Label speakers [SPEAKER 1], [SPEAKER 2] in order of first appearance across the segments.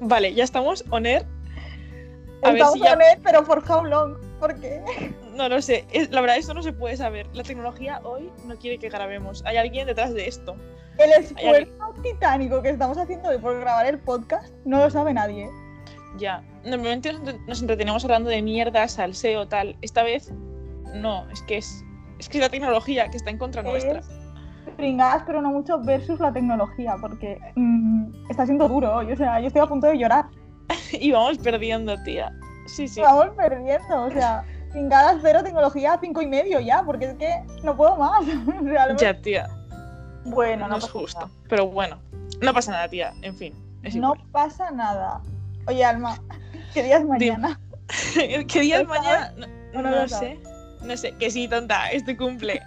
[SPEAKER 1] Vale, ya estamos on air. A ver
[SPEAKER 2] Estamos
[SPEAKER 1] si ya-
[SPEAKER 2] on air, pero for how long? Porque
[SPEAKER 1] No lo sé. Es- la verdad, esto no se puede saber. La tecnología hoy no quiere que grabemos. Hay alguien detrás de esto.
[SPEAKER 2] el esfuerzo titánico que estamos haciendo hoy por grabar el podcast no lo sabe nadie. ¿eh?
[SPEAKER 1] Ya. Normalmente nos, entre- nos entretenemos hablando de mierda, salseo, tal. Esta vez, no. Es que es, es que es la tecnología que está en contra nuestra.
[SPEAKER 2] Es pringadas, pero no mucho, versus la tecnología, porque mm, está siendo duro hoy. O sea, yo estoy a punto de llorar.
[SPEAKER 1] Y vamos perdiendo, tía. Sí, sí.
[SPEAKER 2] Vamos perdiendo, o sea, pringadas, cero, tecnología, cinco y medio ya, porque es que no puedo más. O sea, lo-
[SPEAKER 1] Ya, tía.
[SPEAKER 2] Bueno, no,
[SPEAKER 1] es
[SPEAKER 2] pasa
[SPEAKER 1] justo.
[SPEAKER 2] nada.
[SPEAKER 1] Pero bueno. No pasa nada, tía. En fin. Es
[SPEAKER 2] No
[SPEAKER 1] igual.
[SPEAKER 2] pasa nada. Oye, Alma, ¿qué día es mañana?
[SPEAKER 1] ¿Qué día es
[SPEAKER 2] ¿Lo sabes?
[SPEAKER 1] mañana? No,
[SPEAKER 2] ¿O no
[SPEAKER 1] no
[SPEAKER 2] lo
[SPEAKER 1] lo sé. No sé. Que sí, tonta. Es tu cumple.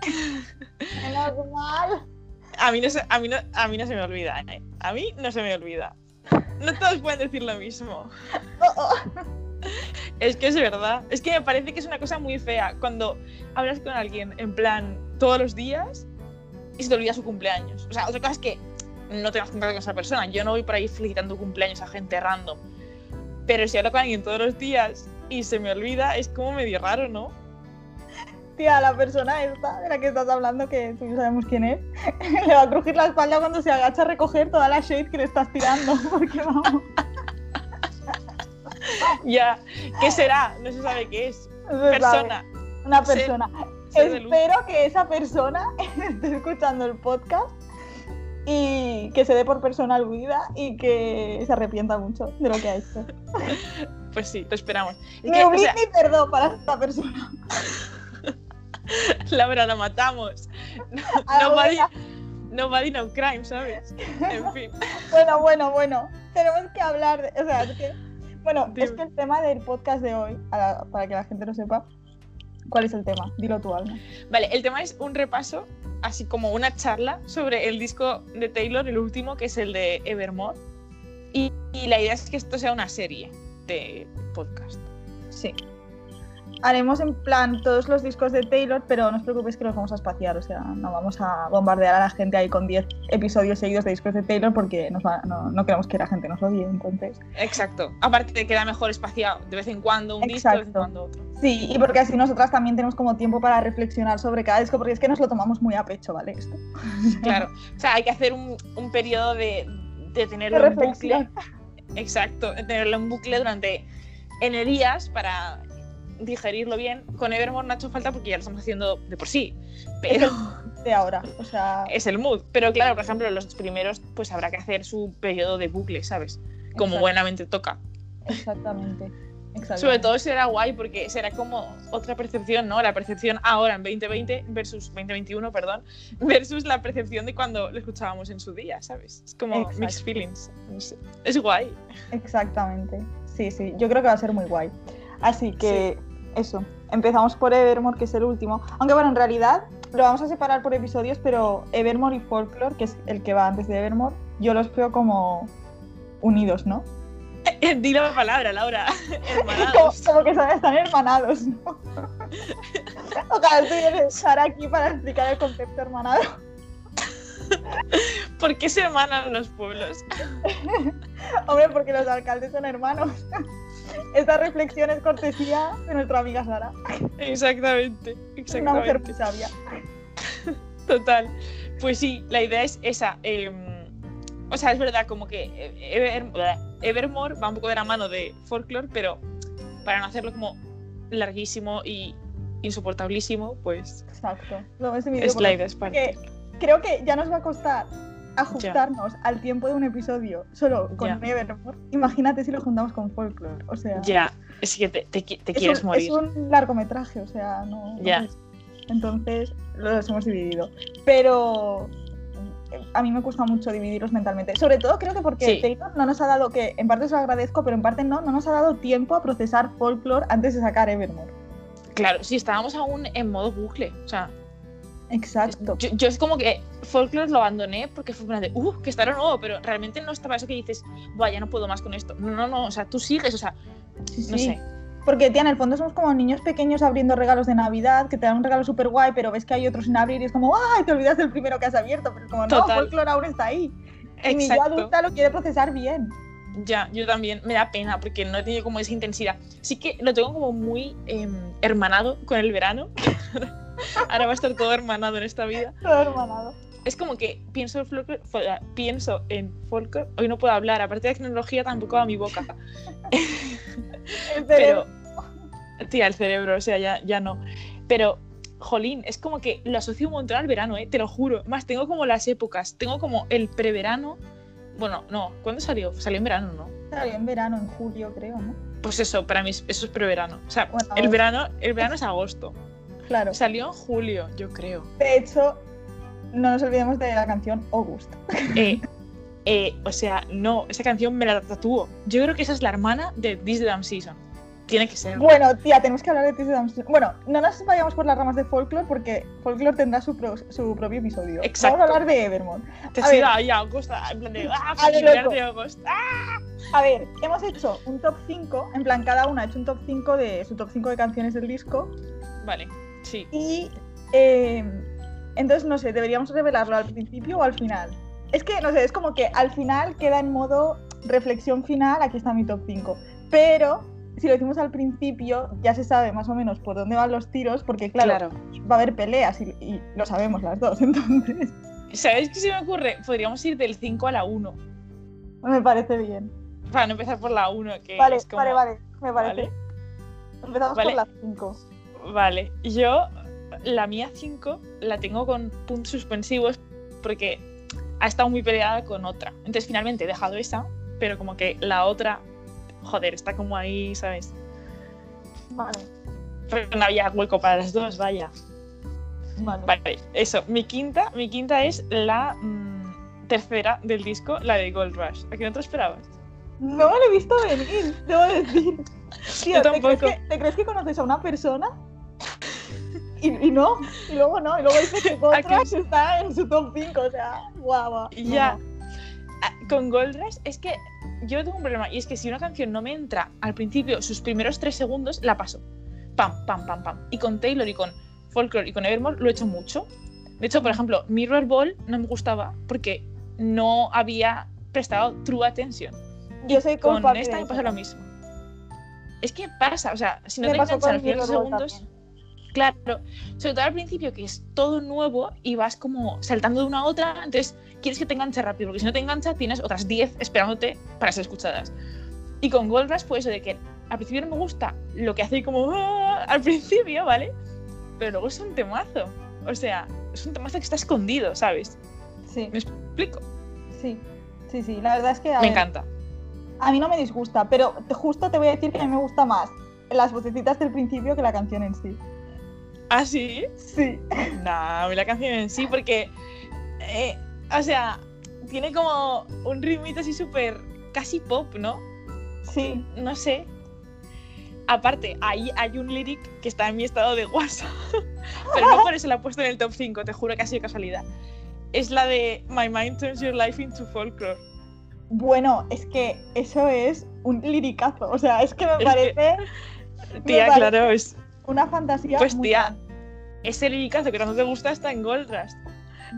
[SPEAKER 2] Menos mal.
[SPEAKER 1] A mí no se, a mí no, a mí no se me olvida, ¿eh? A mí no se me olvida. No todos pueden decir lo mismo.
[SPEAKER 2] Oh, oh.
[SPEAKER 1] Es que es verdad. Es que me parece que es una cosa muy fea cuando hablas con alguien en plan todos los días y se te olvida su cumpleaños. O sea, otra cosa es que no tengas contacto con esa persona. Yo no voy por ahí felicitando cumpleaños a gente random. Pero si hablo con alguien todos los días y se me olvida, es como medio raro, ¿no?
[SPEAKER 2] Tía, la persona esta de la que estás hablando, que tú y yo sabemos quién es, le va a crujir la espalda cuando se agacha a recoger toda la shade que le estás tirando. Porque vamos,
[SPEAKER 1] Ya, ¿qué será? No se sabe qué es.
[SPEAKER 2] no se
[SPEAKER 1] Persona.
[SPEAKER 2] sabe. Una
[SPEAKER 1] Ser-
[SPEAKER 2] persona.
[SPEAKER 1] ser de luz.
[SPEAKER 2] Espero que esa persona esté escuchando el podcast y que se dé por persona aludida y que se arrepienta mucho de lo que ha hecho.
[SPEAKER 1] Pues sí, lo esperamos. Es
[SPEAKER 2] Ni
[SPEAKER 1] que, o
[SPEAKER 2] humil
[SPEAKER 1] sea,
[SPEAKER 2] ni perdón para esta persona.
[SPEAKER 1] Laura, la matamos.
[SPEAKER 2] Ah,
[SPEAKER 1] Nobody,
[SPEAKER 2] bueno,
[SPEAKER 1] nobody no crime, ¿sabes? En fin.
[SPEAKER 2] Bueno, bueno, bueno. Tenemos que hablar. de- o sea, es que. Bueno, este es
[SPEAKER 1] Dime.
[SPEAKER 2] que el tema del podcast de hoy, a la- para que la gente lo sepa, ¿cuál es el tema? Dilo tú, Alma.
[SPEAKER 1] Vale, el tema es un repaso, así como una charla sobre el disco de Taylor, el último, que es el de Evermore. Y, y la idea es que esto sea una serie de podcast.
[SPEAKER 2] Sí. Haremos en plan todos los discos de Taylor, pero no os preocupéis que los vamos a espaciar. O sea, no vamos a bombardear a la gente ahí con 10 episodios seguidos de discos de Taylor porque nos va- no, no queremos que la gente nos odie. Entonces,
[SPEAKER 1] Exacto. Aparte de que queda mejor espaciado, de vez en cuando un disco, de vez en
[SPEAKER 2] Exacto.
[SPEAKER 1] cuando otro.
[SPEAKER 2] sí, y porque así nosotras también tenemos como tiempo para reflexionar sobre cada disco, porque es que nos lo tomamos muy a pecho, ¿vale? Esto.
[SPEAKER 1] Claro. O sea, hay que hacer un, un periodo de, de tenerlo
[SPEAKER 2] De
[SPEAKER 1] en bucle.
[SPEAKER 2] reflexión.
[SPEAKER 1] Exacto, de tenerlo en bucle durante N días para digerirlo bien. Con Evermore no ha hecho falta porque ya lo estamos haciendo de por sí. Pero
[SPEAKER 2] De ahora. O sea,
[SPEAKER 1] es el mood. Pero claro, por ejemplo, los primeros, pues habrá que hacer su periodo de bucle, ¿sabes? Como
[SPEAKER 2] exacto.
[SPEAKER 1] buenamente toca.
[SPEAKER 2] Exactamente. exactamente.
[SPEAKER 1] Sobre todo será guay porque será como otra percepción, ¿no? La percepción ahora en 2020 versus 2021, perdón, versus la percepción de cuando lo escuchábamos en su día, ¿sabes? Es como
[SPEAKER 2] Exacto.
[SPEAKER 1] mixed feelings. No sé. Es guay.
[SPEAKER 2] Exactamente. Sí, sí. Yo creo que va a ser muy guay. Así que eso. Empezamos por Evermore, que es el último. Aunque bueno, en realidad lo vamos a separar por episodios, pero Evermore y Folklore, que es el que va antes de Evermore, yo los veo como unidos, ¿no?
[SPEAKER 1] Eh, Di la palabra, Laura.
[SPEAKER 2] Como,
[SPEAKER 1] Hermanados.
[SPEAKER 2] como que son- están hermanados, ¿no? Ojalá estuviera estar aquí para explicar el concepto hermanado.
[SPEAKER 1] ¿Por qué se hermanan los pueblos?
[SPEAKER 2] Hombre, porque los alcaldes son hermanos. Esta reflexión es cortesía de nuestra amiga Sara.
[SPEAKER 1] Exactamente.
[SPEAKER 2] Es una mujer
[SPEAKER 1] Exactamente.
[SPEAKER 2] muy sabia.
[SPEAKER 1] Total. Pues sí, la idea es esa. eh, o sea, es verdad, como que e, Ever- Evermore va un poco de la mano de Folklore, pero para no hacerlo como larguísimo y insoportablísimo, pues
[SPEAKER 2] Exacto. Lo ves en mi
[SPEAKER 1] es la
[SPEAKER 2] video porque
[SPEAKER 1] idea, es parte.
[SPEAKER 2] Creo que ya nos va a costar ajustarnos al tiempo de un episodio solo con
[SPEAKER 1] Ya.
[SPEAKER 2] Nevermore. Imagínate si lo juntamos con Folklore. O sea,
[SPEAKER 1] Ya, es que te, te qui- te
[SPEAKER 2] es,
[SPEAKER 1] quieres
[SPEAKER 2] un,
[SPEAKER 1] morir.
[SPEAKER 2] es un largometraje, o sea, no. no
[SPEAKER 1] Ya.
[SPEAKER 2] es- Entonces los hemos dividido. Pero eh, a mí me cuesta mucho dividirlos mentalmente. Sobre todo creo que porque
[SPEAKER 1] Sí.
[SPEAKER 2] Taylor no nos ha dado, que en parte se lo agradezco, pero en parte no, no nos ha dado tiempo a procesar Folklore antes de sacar Evermore.
[SPEAKER 1] Claro, si estábamos aún en modo bucle, o sea,
[SPEAKER 2] Exacto.
[SPEAKER 1] Yo, yo es como que folklore lo abandoné porque fue una de, uh, que está lo nuevo, pero realmente no estaba eso que dices, vaya, no puedo más con esto. No, no, no, o sea, tú sigues, o sea,
[SPEAKER 2] Sí,
[SPEAKER 1] no
[SPEAKER 2] sí.
[SPEAKER 1] sé.
[SPEAKER 2] Porque, tía, en el fondo somos como niños pequeños abriendo regalos de Navidad, que te dan un regalo súper guay, pero ves que hay otros sin abrir y es como, ¡ay! Te olvidas del primero que has abierto, pero como no,
[SPEAKER 1] Total.
[SPEAKER 2] folklore aún está ahí. Y mi yo
[SPEAKER 1] Exacto.
[SPEAKER 2] adulta lo quiere procesar bien.
[SPEAKER 1] Ya, yo también. Me da pena porque no he tenido como esa intensidad. Sí que lo tengo como muy eh, hermanado con el verano. Ahora va a estar todo hermanado en esta vida.
[SPEAKER 2] Todo hermanado.
[SPEAKER 1] Es como que pienso en folclore, ah, pienso en folclore. Hoy no puedo hablar, aparte de tecnología tampoco va a mi boca.
[SPEAKER 2] El cerebro.
[SPEAKER 1] Pero, tía, el cerebro, o sea, ya, ya no. Pero, jolín, es como que lo asocio un montón al verano, ¿eh? te lo juro. Más, tengo como las épocas. Tengo como el preverano. Bueno, no, ¿cuándo salió? Salió en verano, ¿no?
[SPEAKER 2] Salió en verano, en julio, creo, ¿no?
[SPEAKER 1] Pues eso, para mí es- eso es preverano. O sea,
[SPEAKER 2] Bueno,
[SPEAKER 1] el verano, el verano es agosto.
[SPEAKER 2] Claro.
[SPEAKER 1] Salió en julio, yo creo.
[SPEAKER 2] De hecho, no nos olvidemos de la canción August.
[SPEAKER 1] Eh, eh, o sea, no, esa canción me la tatúo. Yo creo que esa es la hermana de This Damn Season. Tiene que ser.
[SPEAKER 2] Bueno, tía, tenemos que hablar de Tizzy Dams. Bueno, no nos vayamos por las ramas de folklore porque folklore tendrá su, pro- su propio episodio.
[SPEAKER 1] Exacto.
[SPEAKER 2] Vamos a hablar de Evermore.
[SPEAKER 1] Te
[SPEAKER 2] a
[SPEAKER 1] has
[SPEAKER 2] ver.
[SPEAKER 1] ido ahí a Agosto, en plan de. ¡Ah,
[SPEAKER 2] A lo
[SPEAKER 1] familiar
[SPEAKER 2] loco.
[SPEAKER 1] de Agosto! ¡Ah!
[SPEAKER 2] A ver, hemos hecho un top 5, en plan cada una ha hecho un top 5 de su top 5 de canciones del disco
[SPEAKER 1] Vale, sí.
[SPEAKER 2] y eh, entonces no sé, deberíamos revelarlo al principio o al final. Es que no sé, es como que al final queda en modo reflexión final, aquí está mi top 5, pero si lo decimos al principio ya se sabe más o menos por dónde van los tiros porque claro, va a haber peleas y, y lo sabemos las dos, entonces
[SPEAKER 1] ¿Sabéis qué se me ocurre? Podríamos ir del 5 a la 1.
[SPEAKER 2] me parece bien.
[SPEAKER 1] Para no empezar por la 1, que
[SPEAKER 2] Vale,
[SPEAKER 1] es como.
[SPEAKER 2] vale, vale, me parece. Empezamos
[SPEAKER 1] Vale.
[SPEAKER 2] por las 5.
[SPEAKER 1] Vale, yo la mía 5 la tengo con puntos suspensivos porque ha estado muy peleada con otra. Entonces finalmente he dejado esa, pero como que la otra, joder, está como ahí, ¿sabes?
[SPEAKER 2] Vale.
[SPEAKER 1] Pero no había hueco para las dos, vaya.
[SPEAKER 2] Vale.
[SPEAKER 1] Vale, eso, mi quinta, mi quinta es la mm, tercera del disco, la de Gold Rush. ¿A qué no te esperabas?
[SPEAKER 2] No me lo he visto venir, debo decir.
[SPEAKER 1] Yo
[SPEAKER 2] Tío, ¿te, crees
[SPEAKER 1] tampoco.
[SPEAKER 2] que, te crees que conoces a una persona? Y, y no, y luego no, y luego dices que
[SPEAKER 1] ¿A qué?
[SPEAKER 2] Contrash está en su top 5, o sea, guau.
[SPEAKER 1] Y ya, Ah, con Gold Rush es que yo tengo un problema y es que si una canción no me entra al principio, sus primeros tres segundos, la paso. Pam, pam, pam, pam. Y con Taylor y con Folklore y con Evermore lo he hecho mucho. De hecho, por ejemplo, Mirror Ball no me gustaba porque no había prestado true attention.
[SPEAKER 2] Yo soy
[SPEAKER 1] Con
[SPEAKER 2] culpable
[SPEAKER 1] esta
[SPEAKER 2] de
[SPEAKER 1] me pasa
[SPEAKER 2] eso.
[SPEAKER 1] lo mismo. Es que pasa, o sea, si no
[SPEAKER 2] Me
[SPEAKER 1] te
[SPEAKER 2] pasó
[SPEAKER 1] enganchan
[SPEAKER 2] con
[SPEAKER 1] los primeros
[SPEAKER 2] Mirror Ball
[SPEAKER 1] segundos, claro, sobre todo al principio que es todo nuevo y vas como saltando de una a otra, entonces quieres que te enganche rápido, porque si no te engancha tienes otras 10 esperándote para ser escuchadas. Y con Gold Rush fue eso de que al principio no me gusta lo que hace como "Ah", al principio, ¿vale? Pero luego es un temazo, o sea, es un temazo que está escondido, ¿sabes?
[SPEAKER 2] Sí,
[SPEAKER 1] Me explico,
[SPEAKER 2] sí, sí, sí, la verdad es que a,
[SPEAKER 1] me
[SPEAKER 2] ver,
[SPEAKER 1] encanta.
[SPEAKER 2] a mí no me disgusta, pero te- justo te voy a decir que a mí me gusta más las vocecitas del principio que la canción en sí.
[SPEAKER 1] ¿Ah, sí?
[SPEAKER 2] Sí.
[SPEAKER 1] No, a mí la canción en sí, porque. eh, o sea, tiene como un ritmito así súper. casi pop, ¿no?
[SPEAKER 2] Sí,
[SPEAKER 1] No sé. Aparte, ahí hay un lyric que está en mi estado de WhatsApp. Pero no por eso la he puesto en el top 5, te juro que ha sido casualidad. Es la de My Mind Turns Your Life into Folklore.
[SPEAKER 2] bueno, es que eso es un liricazo, o sea, es que me
[SPEAKER 1] que-
[SPEAKER 2] parece
[SPEAKER 1] Tía,
[SPEAKER 2] vale.
[SPEAKER 1] claro, es.
[SPEAKER 2] una fantasía.
[SPEAKER 1] Pues
[SPEAKER 2] muy
[SPEAKER 1] tía,
[SPEAKER 2] grande.
[SPEAKER 1] ese liricazo que tanto te gusta está en Gold Rush.
[SPEAKER 2] Ya,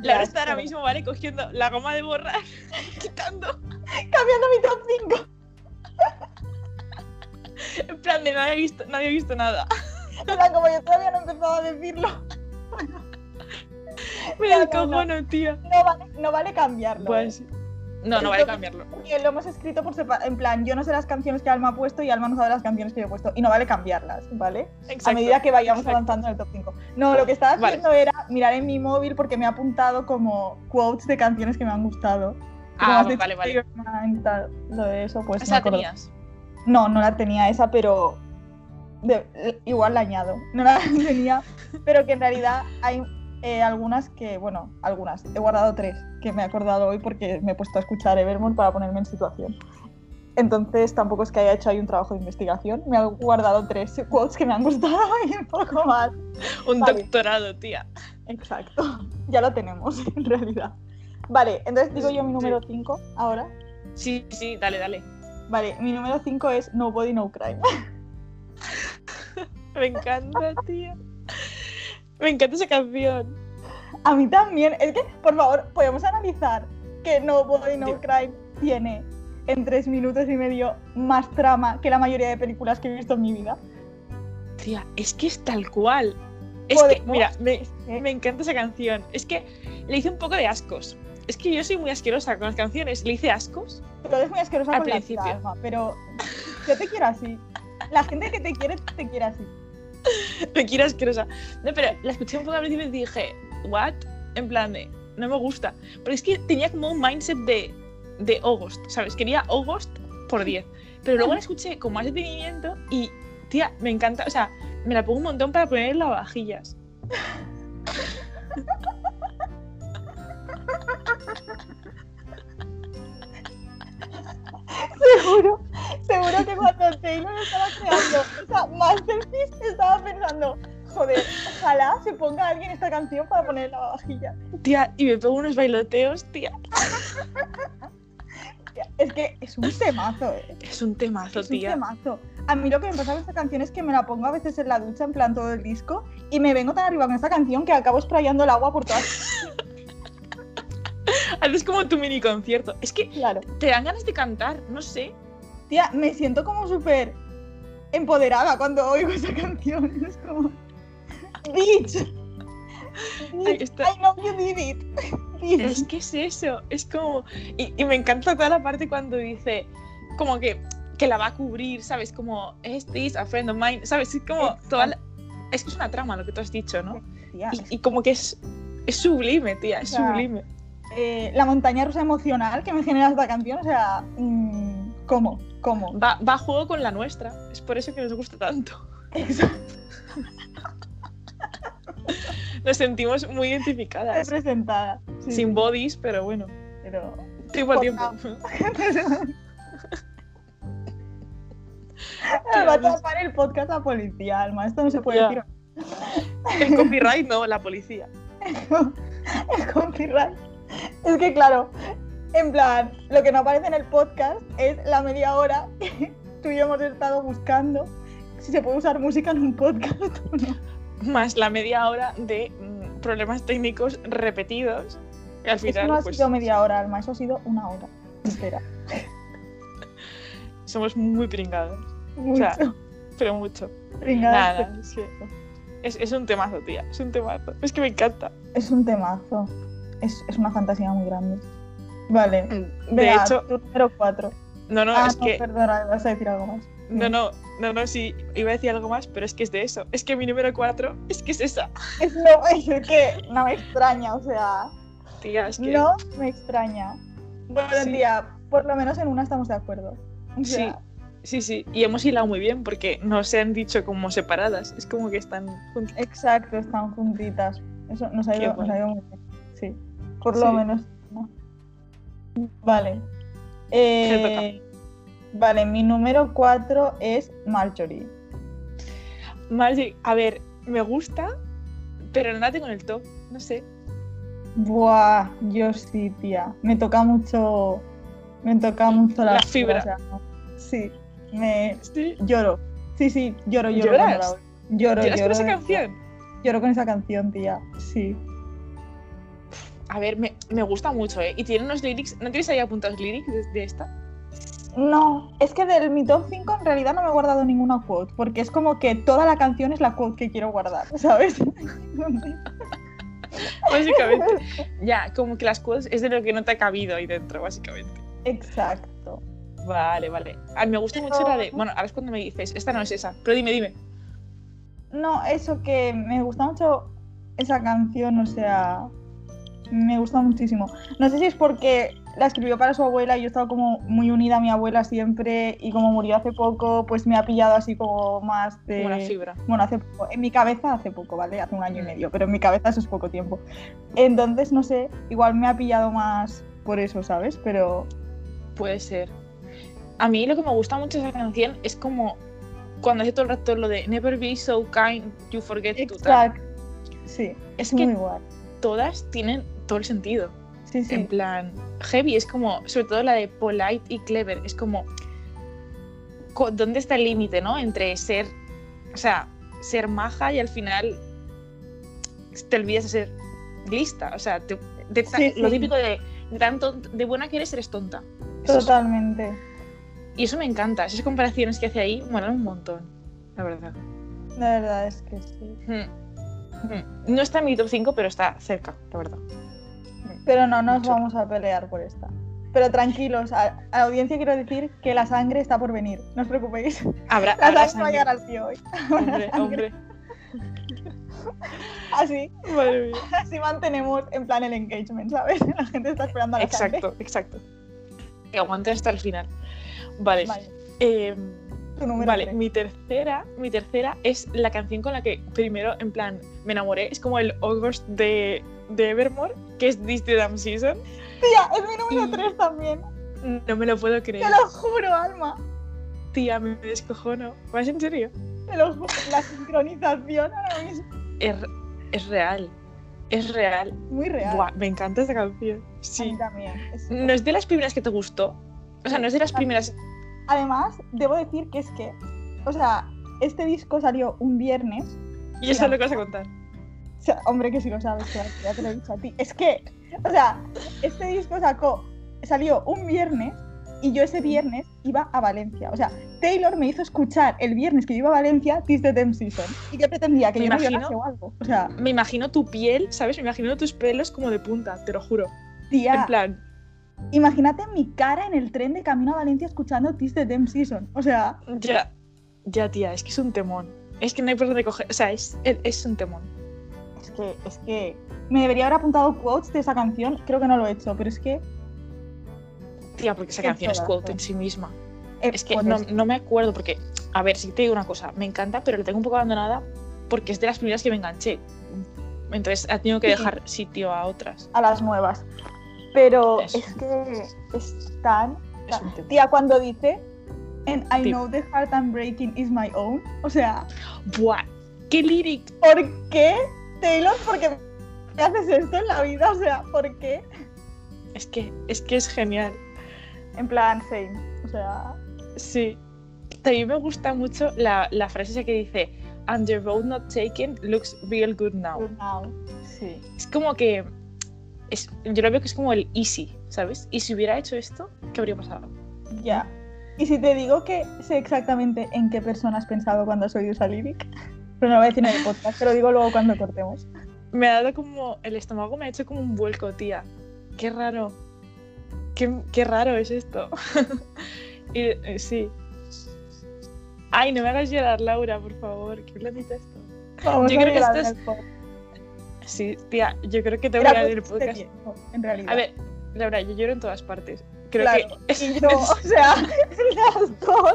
[SPEAKER 1] Laura está ahora
[SPEAKER 2] espera.
[SPEAKER 1] mismo, ¿vale? Cogiendo la goma de borrar, quitando
[SPEAKER 2] cambiando mi top 5.
[SPEAKER 1] En plan de nadie ha visto, nadie ha visto nada.
[SPEAKER 2] O sea, como yo todavía no he empezado a decirlo,
[SPEAKER 1] Me
[SPEAKER 2] Ya, no,
[SPEAKER 1] descojono, tía.
[SPEAKER 2] no vale, no vale cambiarlo.
[SPEAKER 1] Pues.
[SPEAKER 2] ¿eh?
[SPEAKER 1] No, no vale cambiarlo.
[SPEAKER 2] Porque lo hemos escrito por sepa- en plan, yo no sé las canciones que Alma ha puesto y Alma no sabe las canciones que yo he puesto. Y no vale cambiarlas, ¿vale?
[SPEAKER 1] Exacto.
[SPEAKER 2] a medida que vayamos
[SPEAKER 1] exacto.
[SPEAKER 2] avanzando en el top 5. No, lo que estaba
[SPEAKER 1] Vale.
[SPEAKER 2] haciendo era mirar en mi móvil porque me ha apuntado como quotes de canciones que me han gustado. Y como
[SPEAKER 1] Ah,
[SPEAKER 2] has dicho
[SPEAKER 1] vale, vale.
[SPEAKER 2] que me han gustado Lo de eso, pues.
[SPEAKER 1] O
[SPEAKER 2] me
[SPEAKER 1] sea,
[SPEAKER 2] acuerdo.
[SPEAKER 1] tenías.
[SPEAKER 2] No, no la tenía esa, pero de- eh, igual la añado. No la tenía, pero que en realidad hay eh, algunas que, bueno, algunas. He guardado tres que me he acordado hoy porque me he puesto a escuchar Evermore para ponerme en situación. Entonces tampoco es que haya hecho ahí un trabajo de investigación. Me he guardado tres quotes que me han gustado y un poco más.
[SPEAKER 1] Un
[SPEAKER 2] Vale.
[SPEAKER 1] doctorado, tía.
[SPEAKER 2] Exacto. Ya lo tenemos, en realidad. Vale, entonces digo yo mi número 5 ahora.
[SPEAKER 1] Sí, sí, dale, dale.
[SPEAKER 2] Vale, mi número 5 es Nobody No Crime.
[SPEAKER 1] Me encanta, tía. Me encanta esa canción.
[SPEAKER 2] A mí también. Es que, por favor, podemos analizar que No Boy No
[SPEAKER 1] Dime.
[SPEAKER 2] Crime tiene en tres minutos y medio más trama que la mayoría de películas que he visto en mi vida.
[SPEAKER 1] Tía, es que es tal cual. Es
[SPEAKER 2] Joder,
[SPEAKER 1] que,
[SPEAKER 2] ¿no?
[SPEAKER 1] mira, me, me encanta esa canción. Es que le hice un poco de ascos. Es que yo soy muy asquerosa con las canciones. Le hice ascos.
[SPEAKER 2] Pero es muy asquerosa
[SPEAKER 1] Al
[SPEAKER 2] con
[SPEAKER 1] principio.
[SPEAKER 2] la alma, pero yo te quiero así. La gente que te quiere, te quiere así.
[SPEAKER 1] Me quiero asquerosa. No, pero la escuché un poco al principio y dije, ¿what? En plan de, no me gusta. Pero es que tenía como un mindset de, de August, ¿sabes? Quería August por 10. Pero luego la escuché con más detenimiento y, tía, me encanta. O sea, me la pongo un montón para poner en lavavajillas.
[SPEAKER 2] Seguro, seguro que cuando Taylor estaba creando esa masterpiece estaba pensando, joder, ojalá se ponga alguien esta canción para poner en la vajilla.
[SPEAKER 1] Tía, y me pego unos bailoteos, tía.
[SPEAKER 2] Es que es un temazo, eh.
[SPEAKER 1] Es un temazo,
[SPEAKER 2] Es un
[SPEAKER 1] tía.
[SPEAKER 2] temazo. A mí lo que me pasa con esta canción es que me la pongo a veces en la ducha, en plan todo el disco, y me vengo tan arriba con esta canción que acabo sprayando el agua por todas.
[SPEAKER 1] Haces como tu mini concierto. Es que
[SPEAKER 2] Claro.
[SPEAKER 1] te dan ganas de cantar, no sé.
[SPEAKER 2] Tía, me siento como súper empoderada cuando oigo esa canción. Es como. Bitch.
[SPEAKER 1] Ay,
[SPEAKER 2] Bitch,
[SPEAKER 1] esto-
[SPEAKER 2] I know you did it. Bitch.
[SPEAKER 1] Es que es eso, es como... Y, y me encanta toda la parte cuando dice como que, que la va a cubrir, ¿sabes? Como, es this a friend of mine, ¿sabes? Es como toda la- Es que es una trama lo que tú has dicho, ¿no?
[SPEAKER 2] Tía,
[SPEAKER 1] Y, y como que es, es sublime, tía, es
[SPEAKER 2] O sea,
[SPEAKER 1] sublime.
[SPEAKER 2] eh, la montaña rusa emocional que me genera esta canción, o sea. mm, ¿Cómo? ¿Cómo?
[SPEAKER 1] Va, va a juego con la nuestra, es por eso que nos gusta tanto. Nos sentimos muy identificadas.
[SPEAKER 2] Representada. Sí,
[SPEAKER 1] Sin bodies, pero bueno,
[SPEAKER 2] pero.
[SPEAKER 1] tiempo a
[SPEAKER 2] Por
[SPEAKER 1] tiempo.
[SPEAKER 2] Va a tapar el podcast a policía, Alma. Esto no se puede
[SPEAKER 1] Ya.
[SPEAKER 2] decir.
[SPEAKER 1] El copyright no, la policía.
[SPEAKER 2] el copyright. Es que claro, en plan, lo que no aparece en el podcast es la media hora que tú y yo hemos estado buscando si se puede usar música en un podcast o no.
[SPEAKER 1] más la media hora de mm, problemas técnicos repetidos. Y al
[SPEAKER 2] Eso
[SPEAKER 1] final,
[SPEAKER 2] no ha
[SPEAKER 1] pues,
[SPEAKER 2] sido media hora, Alma, eso ha sido una hora. Espera.
[SPEAKER 1] somos muy pringados,
[SPEAKER 2] Mucho.
[SPEAKER 1] sea, pero mucho.
[SPEAKER 2] Pringadas,
[SPEAKER 1] Nada, es, que- es, es un temazo, tía, es un temazo. Es que me encanta.
[SPEAKER 2] pero Es un temazo. Es, es una fantasía muy grande. Vale.
[SPEAKER 1] De
[SPEAKER 2] Bea,
[SPEAKER 1] hecho,
[SPEAKER 2] tu número 4.
[SPEAKER 1] no, no,
[SPEAKER 2] Mm, ah,
[SPEAKER 1] es
[SPEAKER 2] no,
[SPEAKER 1] que.
[SPEAKER 2] perdona, vas a decir algo más.
[SPEAKER 1] No, no, no, no, sí, iba a decir algo más, pero es que es de eso. Es que mi número 4 es que es esa.
[SPEAKER 2] Es, no, es que no me extraña, o sea,
[SPEAKER 1] Tía, es que.
[SPEAKER 2] no me extraña. Bueno,
[SPEAKER 1] Sí.
[SPEAKER 2] tía, por lo menos en una estamos de acuerdo. O sea,
[SPEAKER 1] Sí, sí, y hemos hilado muy bien porque no se han dicho como separadas. Es como que están juntas.
[SPEAKER 2] Exacto, están juntitas. Eso nos ha
[SPEAKER 1] Qué
[SPEAKER 2] ido, nos
[SPEAKER 1] bueno.
[SPEAKER 2] ha ido muy bien. Sí, por lo
[SPEAKER 1] Sí.
[SPEAKER 2] menos. ¿no? Vale. Eh, vale, mi número 4 es Marjorie.
[SPEAKER 1] Marjorie, a ver, me gusta, pero no la tengo en el top. No sé.
[SPEAKER 2] Buah, yo sí, tía. Me toca mucho. Me toca mucho la,
[SPEAKER 1] La fibra.
[SPEAKER 2] o sea, no. Sí, me,
[SPEAKER 1] Sí.
[SPEAKER 2] Lloro. Sí, sí, lloro, lloro.
[SPEAKER 1] ¿Lloras?
[SPEAKER 2] cuando la oigo. Lloro,
[SPEAKER 1] ¿Lloras
[SPEAKER 2] lloro.
[SPEAKER 1] con esa
[SPEAKER 2] de-
[SPEAKER 1] canción?
[SPEAKER 2] Lloro con esa canción, tía. Sí.
[SPEAKER 1] A ver, me, me gusta mucho, ¿eh? Y tiene unos lyrics. ¿No tienes ahí apuntados lyrics de, de esta?
[SPEAKER 2] No, es que del mi top 5 en realidad no me he guardado ninguna quote, porque es como que toda la canción es la quote que quiero guardar, ¿sabes?
[SPEAKER 1] Básicamente. ya, como que las cosas es de lo que no te ha cabido ahí dentro, básicamente.
[SPEAKER 2] Exacto.
[SPEAKER 1] Vale, vale. A mí me gusta mucho la de. Bueno, ahora es cuando me dices, esta no es esa. Pero dime, dime.
[SPEAKER 2] No, eso que me gusta mucho esa canción, o sea, me gusta muchísimo. No sé si es porque la escribió para su abuela y yo he estado como muy unida a mi abuela siempre y como murió hace poco, pues me ha pillado así como más de...
[SPEAKER 1] Como Mm. la fibra.
[SPEAKER 2] Bueno, hace poco. En mi cabeza hace poco, ¿vale? Hace un año y medio, pero en mi cabeza eso es poco tiempo. Entonces, no sé, igual me ha pillado más por eso, ¿sabes? Pero
[SPEAKER 1] Puede ser. A mí lo que me gusta mucho de esa canción es como. Cuando hace todo el rato lo de Never be so kind, you forget to time.
[SPEAKER 2] Exacto. Sí,
[SPEAKER 1] Es
[SPEAKER 2] es
[SPEAKER 1] que
[SPEAKER 2] muy guay.
[SPEAKER 1] todas tienen todo el sentido.
[SPEAKER 2] Sí, sí.
[SPEAKER 1] En plan, heavy es como, sobre todo la de polite y clever, es como, co- ¿dónde está el límite, no? Entre ser, o sea, ser maja y al final te olvidas de ser lista, o sea, te- de ta-
[SPEAKER 2] Sí,
[SPEAKER 1] lo
[SPEAKER 2] sí.
[SPEAKER 1] típico de, de tan ton- de buena que eres, eres tonta. Es Eso es-
[SPEAKER 2] Totalmente.
[SPEAKER 1] y eso me encanta. Esas comparaciones que hace ahí molan un montón, la verdad.
[SPEAKER 2] La verdad es que sí.
[SPEAKER 1] Mm. Mm. No está en mi top 5, pero está cerca, la verdad.
[SPEAKER 2] Pero no nos
[SPEAKER 1] Mucho.
[SPEAKER 2] vamos a pelear por esta. Pero tranquilos, a, a la audiencia quiero decir que la sangre está por venir. No os preocupéis.
[SPEAKER 1] Habrá,
[SPEAKER 2] La
[SPEAKER 1] habrá
[SPEAKER 2] sangre, va a llegar al tío hoy.
[SPEAKER 1] Hombre, hombre.
[SPEAKER 2] Así,
[SPEAKER 1] Madre mía.
[SPEAKER 2] así mantenemos en plan el engagement, ¿sabes? La gente está esperando a la sangre.
[SPEAKER 1] Exacto, exacto. Que aguante hasta el final. Vale.
[SPEAKER 2] Vale,
[SPEAKER 1] em,
[SPEAKER 2] tu número
[SPEAKER 1] Vale,
[SPEAKER 2] tres.
[SPEAKER 1] mi tercera, mi tercera es la canción con la que primero, en plan, me enamoré. Es como el August de, de Evermore, que es This the Damn Season.
[SPEAKER 2] Tía, es mi número
[SPEAKER 1] Y-
[SPEAKER 2] 3 también.
[SPEAKER 1] No me lo puedo creer.
[SPEAKER 2] Te lo juro, Alma.
[SPEAKER 1] Tía, me descojono. ¿Vas en serio?
[SPEAKER 2] Te lo juro. La sincronización ahora mismo
[SPEAKER 1] Es, es real. Es real.
[SPEAKER 2] es muy real.
[SPEAKER 1] Buah, me encanta esta canción.
[SPEAKER 2] A mí
[SPEAKER 1] Sí.
[SPEAKER 2] también. es-
[SPEAKER 1] No es de las primeras que te gustó. O sea, no es de las primeras.
[SPEAKER 2] Además, debo decir que es que, o sea, este disco salió un viernes
[SPEAKER 1] Y eso es lo que vas a contar.
[SPEAKER 2] O sea, hombre, que si lo sabes, claro, ya te lo he dicho a ti. Es que, o sea, este disco sacó, salió un viernes y yo ese viernes iba a Valencia. O sea, Taylor me hizo escuchar el viernes que yo iba a Valencia Tis the Damn Season. ¿Y qué pretendía? ¿Que
[SPEAKER 1] Me
[SPEAKER 2] yo no
[SPEAKER 1] imagino.
[SPEAKER 2] llorase o algo? O sea,
[SPEAKER 1] Me imagino tu piel, ¿sabes? Me imagino tus pelos como de punta, te lo juro. En
[SPEAKER 2] tía,
[SPEAKER 1] plan,
[SPEAKER 2] imagínate mi cara en el tren de camino a Valencia escuchando Tis the Damn Season. O sea,
[SPEAKER 1] ya. Ya, tía, es que es un temón. Es que no hay por dónde coger. O sea, es, es un temón.
[SPEAKER 2] es que, es que me debería haber apuntado quotes de esa canción. Creo que no lo he hecho, pero es que...
[SPEAKER 1] Tía, porque esa
[SPEAKER 2] Qué
[SPEAKER 1] canción es
[SPEAKER 2] pedazo.
[SPEAKER 1] quote en sí misma.
[SPEAKER 2] eh,
[SPEAKER 1] Es que
[SPEAKER 2] por
[SPEAKER 1] no,
[SPEAKER 2] eso.
[SPEAKER 1] no me acuerdo porque, a ver, si te digo una cosa, me encanta, pero la tengo un poco abandonada porque es de las primeras que me enganché. Entonces ha tenido que
[SPEAKER 2] Sí.
[SPEAKER 1] dejar sitio a otras.
[SPEAKER 2] a las nuevas. Pero
[SPEAKER 1] Eso.
[SPEAKER 2] es que es tan...
[SPEAKER 1] Es un tema.
[SPEAKER 2] Ah, Tía, cuando dice... And I
[SPEAKER 1] Sí.
[SPEAKER 2] know the heart I'm breaking is my own. O sea,
[SPEAKER 1] Buah, qué lyric.
[SPEAKER 2] ¿por qué, Taylor? ¿Por qué me haces esto en la vida? O sea, ¿por qué?
[SPEAKER 1] Es que es que es genial.
[SPEAKER 2] En plan, same. O sea...
[SPEAKER 1] Sí. También me gusta mucho la, la frase esa que dice And the road not taken looks real good now.
[SPEAKER 2] now. Sí.
[SPEAKER 1] Es como que es, yo lo veo que es como el easy, ¿sabes? Y si hubiera hecho esto, ¿qué habría pasado?
[SPEAKER 2] Ya. Y si te digo que sé exactamente en qué persona has pensado cuando has oído esa lyric, pero no lo voy a decir en el podcast, te lo digo luego cuando cortemos.
[SPEAKER 1] Me ha dado como. El estómago me ha hecho como un vuelco, tía. Qué raro. Qué, qué raro es esto. y, eh, sí. Ay, no me hagas llorar, Laura, por favor. Qué planita esto.
[SPEAKER 2] Vamos
[SPEAKER 1] Yo
[SPEAKER 2] a
[SPEAKER 1] creo que
[SPEAKER 2] hablar
[SPEAKER 1] esto
[SPEAKER 2] en el podcast.
[SPEAKER 1] Sí, tía, yo creo que te voy
[SPEAKER 2] Era
[SPEAKER 1] a el
[SPEAKER 2] cuestión de
[SPEAKER 1] podcast.
[SPEAKER 2] tiempo, pues, en realidad.
[SPEAKER 1] A ver, Laura, yo lloro en todas partes. Creo
[SPEAKER 2] Claro,
[SPEAKER 1] que.
[SPEAKER 2] Y yo, o sea, las dos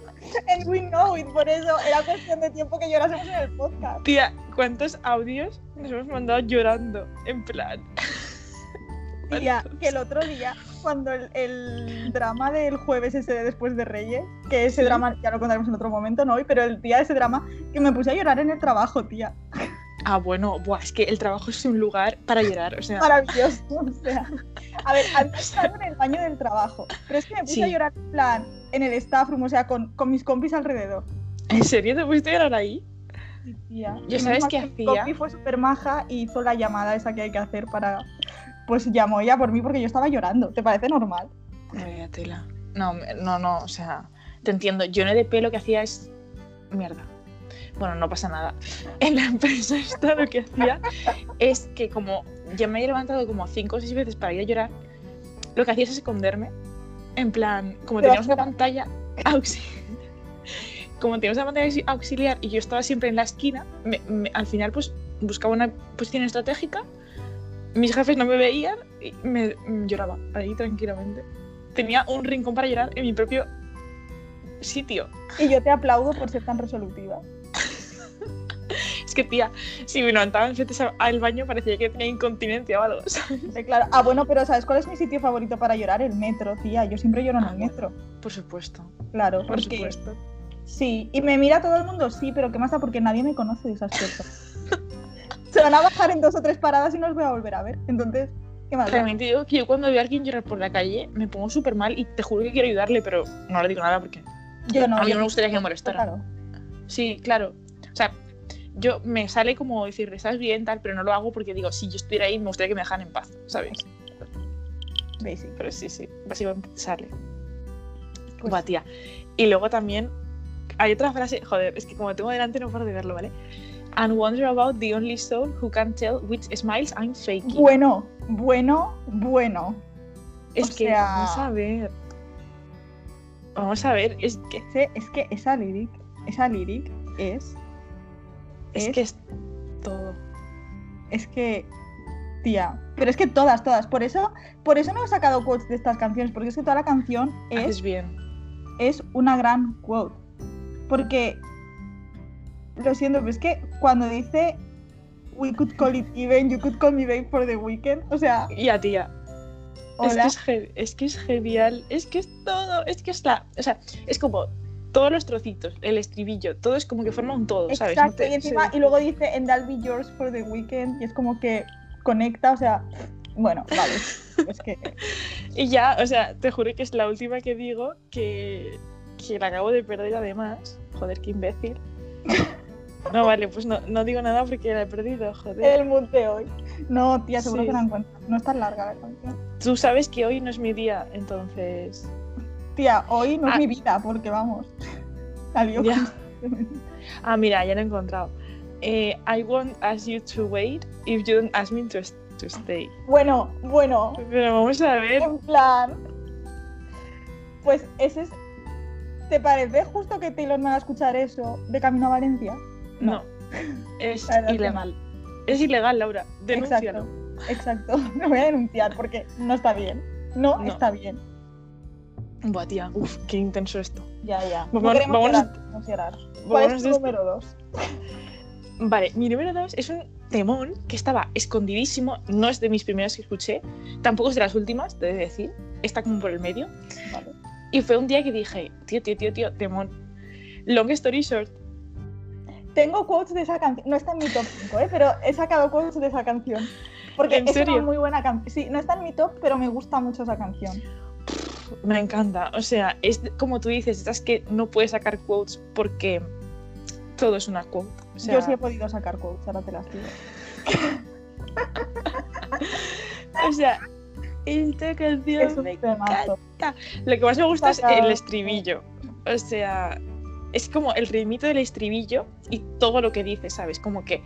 [SPEAKER 2] en We Know It, por eso era cuestión de tiempo que llorásemos en el podcast.
[SPEAKER 1] Tía, ¿cuántos audios nos hemos mandado llorando? En plan.
[SPEAKER 2] Tía, que el otro día, cuando el, el drama del jueves ese de después de Reyes, que ese
[SPEAKER 1] Sí.
[SPEAKER 2] drama ya lo contaremos en otro momento, no hoy, pero el día de ese drama, que me puse a llorar en el trabajo, tía.
[SPEAKER 1] Ah, bueno, buah, es que el trabajo es un lugar para llorar. O sea,
[SPEAKER 2] Maravilloso, o sea. A ver, había estado en el baño del trabajo, pero es que me puse
[SPEAKER 1] Sí.
[SPEAKER 2] a llorar en plan en el staff room, o sea, con, con mis compis alrededor.
[SPEAKER 1] ¿en serio te pusiste a llorar ahí?
[SPEAKER 2] Tía,
[SPEAKER 1] ¿Yo
[SPEAKER 2] menos
[SPEAKER 1] sabes
[SPEAKER 2] mal
[SPEAKER 1] qué
[SPEAKER 2] que mi
[SPEAKER 1] hacía?
[SPEAKER 2] Coqui fue súper maja y hizo la llamada esa que hay que hacer para... Pues llamó ella por mí porque yo estaba llorando. ¿Te parece normal?
[SPEAKER 1] Vaya tela. No, me- no, no, o sea, te entiendo. Yo en EDP lo que hacía es mierda. Bueno, no pasa nada. En la empresa esta lo que hacía es que como ya me había levantado como cinco o seis veces para ir a llorar, lo que hacía es esconderme. En plan, como
[SPEAKER 2] Te
[SPEAKER 1] teníamos
[SPEAKER 2] vas
[SPEAKER 1] una pantalla auxiliar, como teníamos una pantalla auxi- auxiliar y yo estaba siempre en la esquina, me- me- al final pues buscaba una posición estratégica, mis jefes no me veían y me mm, lloraba ahí tranquilamente tenía un rincón para llorar en mi propio sitio.
[SPEAKER 2] Y yo te aplaudo por ser tan resolutiva.
[SPEAKER 1] Es que, tía, si me levantaba enfrente sa- al baño parecía que tenía incontinencia o algo. ¿sabes?
[SPEAKER 2] Eh, Claro. Ah, bueno, pero ¿sabes cuál es mi sitio favorito para llorar? El metro, tía. Yo siempre lloro en
[SPEAKER 1] Ah,
[SPEAKER 2] el metro.
[SPEAKER 1] Por supuesto,
[SPEAKER 2] Claro,
[SPEAKER 1] por
[SPEAKER 2] porque
[SPEAKER 1] supuesto.
[SPEAKER 2] sí. Y me mira todo el mundo, sí, pero ¿qué más da? Porque nadie me conoce de esas cosas. Se van a bajar en dos o tres paradas y no los voy a volver a ver. Entonces, ¿qué más da?
[SPEAKER 1] Realmente digo que yo cuando veo a alguien llorar por la calle me pongo súper mal y te juro que quiero ayudarle, pero no le digo nada porque
[SPEAKER 2] Yo no.
[SPEAKER 1] a mí
[SPEAKER 2] yo-
[SPEAKER 1] no me gustaría que me molestara.
[SPEAKER 2] Claro.
[SPEAKER 1] Sí, claro. O sea, yo me sale como decirle, estás bien, tal, pero no lo hago porque digo, si yo estuviera ahí me gustaría que me dejaran en paz, ¿sabes?
[SPEAKER 2] Basic.
[SPEAKER 1] Pero sí, sí, básicamente sale. Pues... Buah, tía. Y luego también hay otra frase, joder, es que como tengo delante no puedo de verlo, ¿vale? And wonder about the only soul who can tell which smiles I'm faking.
[SPEAKER 2] Bueno, bueno, bueno.
[SPEAKER 1] Es
[SPEAKER 2] O
[SPEAKER 1] que
[SPEAKER 2] sea-
[SPEAKER 1] vamos a ver. Vamos a ver, es que
[SPEAKER 2] Ese- es que esa lyric, esa lyric es,
[SPEAKER 1] es,
[SPEAKER 2] Es-
[SPEAKER 1] que es todo.
[SPEAKER 2] es que, tía, pero es que todas, todas. Por eso, por eso no he sacado quotes de estas canciones, porque es que toda la canción es,
[SPEAKER 1] Haces Ah, bien.
[SPEAKER 2] es una gran quote. Porque, lo siento, pero es que cuando dice We could call it even, you could call me babe for the weekend, o sea,
[SPEAKER 1] Y a tía. Es
[SPEAKER 2] hola.
[SPEAKER 1] que es, ge- es que es genial, es que es todo, es que está, o sea, es como todos los trocitos, el estribillo, todo es como que forma un todo, ¿sabes? No
[SPEAKER 2] Exacto,
[SPEAKER 1] te-
[SPEAKER 2] y encima,
[SPEAKER 1] se-
[SPEAKER 2] y luego dice And that'll be yours for the weekend, y es como que conecta, o sea, bueno, vale. Es que
[SPEAKER 1] y ya, o sea, te juro que es la última que digo que, que la acabo de perder además. Joder, qué imbécil. No, vale, pues no, no digo nada porque la he perdido, joder.
[SPEAKER 2] el mood de hoy. No, tía, seguro
[SPEAKER 1] Sí.
[SPEAKER 2] que la encuentro. No es tan larga la canción.
[SPEAKER 1] Tú sabes que hoy no es mi día, entonces...
[SPEAKER 2] Tía, hoy no es
[SPEAKER 1] Ah.
[SPEAKER 2] mi vida, porque vamos. Salió.
[SPEAKER 1] Ya. Ah, mira, ya lo he encontrado. Eh, I won't ask you to wait if you don't ask me to, to stay.
[SPEAKER 2] Bueno, bueno.
[SPEAKER 1] Pero vamos a ver,
[SPEAKER 2] En plan. Pues ese es. ¿Te parece justo que Taylor me haga escuchar eso de camino a Valencia?
[SPEAKER 1] No. Es
[SPEAKER 2] La verdad que
[SPEAKER 1] ilegal. Es ilegal, Laura. Denúncialo.
[SPEAKER 2] Exacto. Exacto. Lo voy a denunciar porque no está bien. No,
[SPEAKER 1] No.
[SPEAKER 2] está bien.
[SPEAKER 1] Buah, tía. Uf, qué intenso esto.
[SPEAKER 2] Ya, ya. No
[SPEAKER 1] Vamos-
[SPEAKER 2] queremos
[SPEAKER 1] Pues vámonos-
[SPEAKER 2] llorar, queremos llorar. ¿Cuál
[SPEAKER 1] Vámonos
[SPEAKER 2] es
[SPEAKER 1] de
[SPEAKER 2] tu
[SPEAKER 1] este-
[SPEAKER 2] número dos?
[SPEAKER 1] Vale, mi número 2 es un temón que estaba escondidísimo. No es de mis primeras que escuché. Tampoco es de las últimas, te he de decir. Está como por el medio.
[SPEAKER 2] Vale.
[SPEAKER 1] Y fue un día que dije, tío, tío, tío, tío, temón. Long story short.
[SPEAKER 2] Tengo quotes de esa canción. No está en mi top 5, ¿eh? pero he sacado quotes de esa canción. Porque
[SPEAKER 1] ¿En
[SPEAKER 2] es
[SPEAKER 1] serio?
[SPEAKER 2] una muy buena canción. Sí, no está en mi top, pero me gusta mucho esa canción.
[SPEAKER 1] Me encanta. O sea, es como tú dices, estas que no puedes sacar quotes porque todo es una quote. O sea,
[SPEAKER 2] Yo sí he podido sacar quotes, ahora te las digo.
[SPEAKER 1] o sea, esta canción
[SPEAKER 2] Es un
[SPEAKER 1] me
[SPEAKER 2] temazo.
[SPEAKER 1] Lo que más me gusta es
[SPEAKER 2] Sacado.
[SPEAKER 1] el estribillo. O sea, es como el ritmito del estribillo y todo lo que dice, ¿sabes? Como que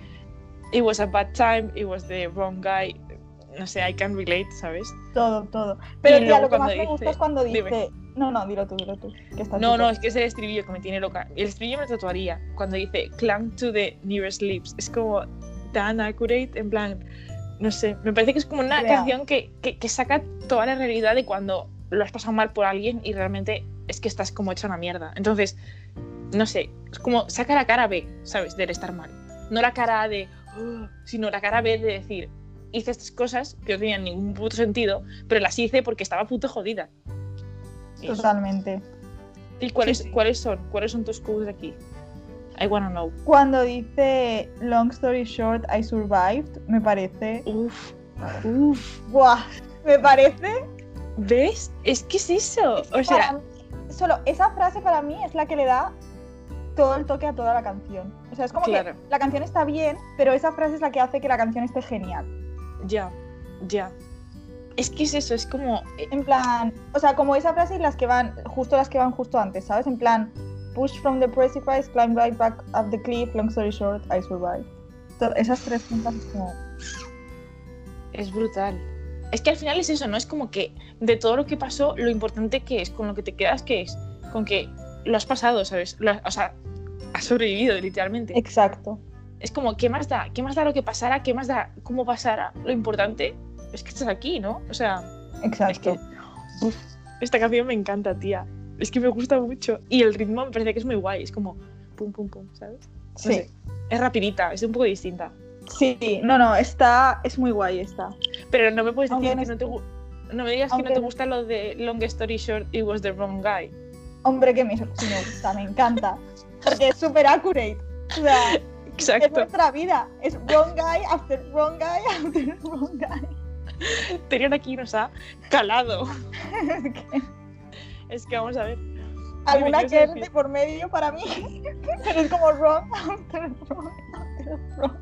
[SPEAKER 1] it was a bad time, it was the wrong guy. No sé, I can relate, ¿sabes?
[SPEAKER 2] Todo, todo. Pero
[SPEAKER 1] Y
[SPEAKER 2] tía,
[SPEAKER 1] luego
[SPEAKER 2] lo que más
[SPEAKER 1] cuando
[SPEAKER 2] me gusta
[SPEAKER 1] dice-
[SPEAKER 2] es cuando dice.
[SPEAKER 1] dime.
[SPEAKER 2] No, no, dilo tú, dilo tú. que está en
[SPEAKER 1] No,
[SPEAKER 2] tu
[SPEAKER 1] no,
[SPEAKER 2] top.
[SPEAKER 1] es que es el estribillo que me tiene loca. El estribillo me lo tatuaría cuando dice clang to the nearest lips. Es como tan accurate, en plan, no sé, me parece que es como una
[SPEAKER 2] Real.
[SPEAKER 1] canción que, que, que saca toda la realidad de cuando lo has pasado mal por alguien y realmente es que estás como hecha una mierda. Entonces, no sé, es como saca la cara B, ¿sabes? Del estar mal. No la cara A de, "Oh", sino la cara B de decir, hice estas cosas que no tenían ningún puto sentido, pero las hice porque estaba puto jodida. Y-
[SPEAKER 2] Totalmente.
[SPEAKER 1] ¿Y cuáles,
[SPEAKER 2] Sí, sí.
[SPEAKER 1] cuáles son? ¿Cuáles son tus quotes de aquí? I wanna know.
[SPEAKER 2] Cuando dice Long story short, I survived, me parece.
[SPEAKER 1] Uf, uf.
[SPEAKER 2] ¡Buah! Me parece.
[SPEAKER 1] ¿Ves? Es que es eso. O
[SPEAKER 2] para
[SPEAKER 1] sea,
[SPEAKER 2] mí- solo esa frase para mí es la que le da todo el toque a toda la canción. O sea, es como
[SPEAKER 1] Claro.
[SPEAKER 2] que la canción está bien, pero esa frase es la que hace que la canción esté genial.
[SPEAKER 1] ya, ya. Es que es eso, es como. eh,
[SPEAKER 2] En plan, o sea, como esa frase y las que van, justo las que van justo antes, ¿sabes? En plan, push from the precipice, climb right back up the cliff, long story short, I survive. To- Esas tres puntas es como,
[SPEAKER 1] Es brutal. Es que al final es eso, ¿no? Es como que de todo lo que pasó, lo importante que es, con lo que te quedas, que es, con que lo has pasado, ¿sabes? Lo has- o sea, has sobrevivido, literalmente.
[SPEAKER 2] exacto.
[SPEAKER 1] Es como, ¿qué más da? ¿Qué más da lo que pasara? ¿Qué más da cómo pasara? Lo importante es que estás aquí, ¿no? O sea. Es
[SPEAKER 2] Exacto.
[SPEAKER 1] que uf, esta canción me encanta, tía. Es que me gusta mucho. Y el ritmo me parece que es muy guay. Es como pum, pum, pum, ¿sabes? No
[SPEAKER 2] sí.
[SPEAKER 1] sé, Es rapidita, es un poco distinta.
[SPEAKER 2] sí, no, no, está, es muy guay esta.
[SPEAKER 1] Pero no me puedes decir
[SPEAKER 2] Aunque no
[SPEAKER 1] que no te gu- No me digas que
[SPEAKER 2] aunque
[SPEAKER 1] no te
[SPEAKER 2] no-
[SPEAKER 1] gusta lo de Long Story Short, It Was the Wrong Guy.
[SPEAKER 2] Hombre, que me, sí me gusta, me encanta. Porque es súper accurate. O sea, es
[SPEAKER 1] Exacto.
[SPEAKER 2] nuestra vida. Es wrong guy after wrong guy after wrong guy.
[SPEAKER 1] Tenían aquí nos ha calado.
[SPEAKER 2] Es que
[SPEAKER 1] Es que vamos a ver.
[SPEAKER 2] Alguna
[SPEAKER 1] ¿qué
[SPEAKER 2] que
[SPEAKER 1] ibas a
[SPEAKER 2] es de
[SPEAKER 1] decir?
[SPEAKER 2] por medio para mí. Pero es como wrong after wrong after wrong.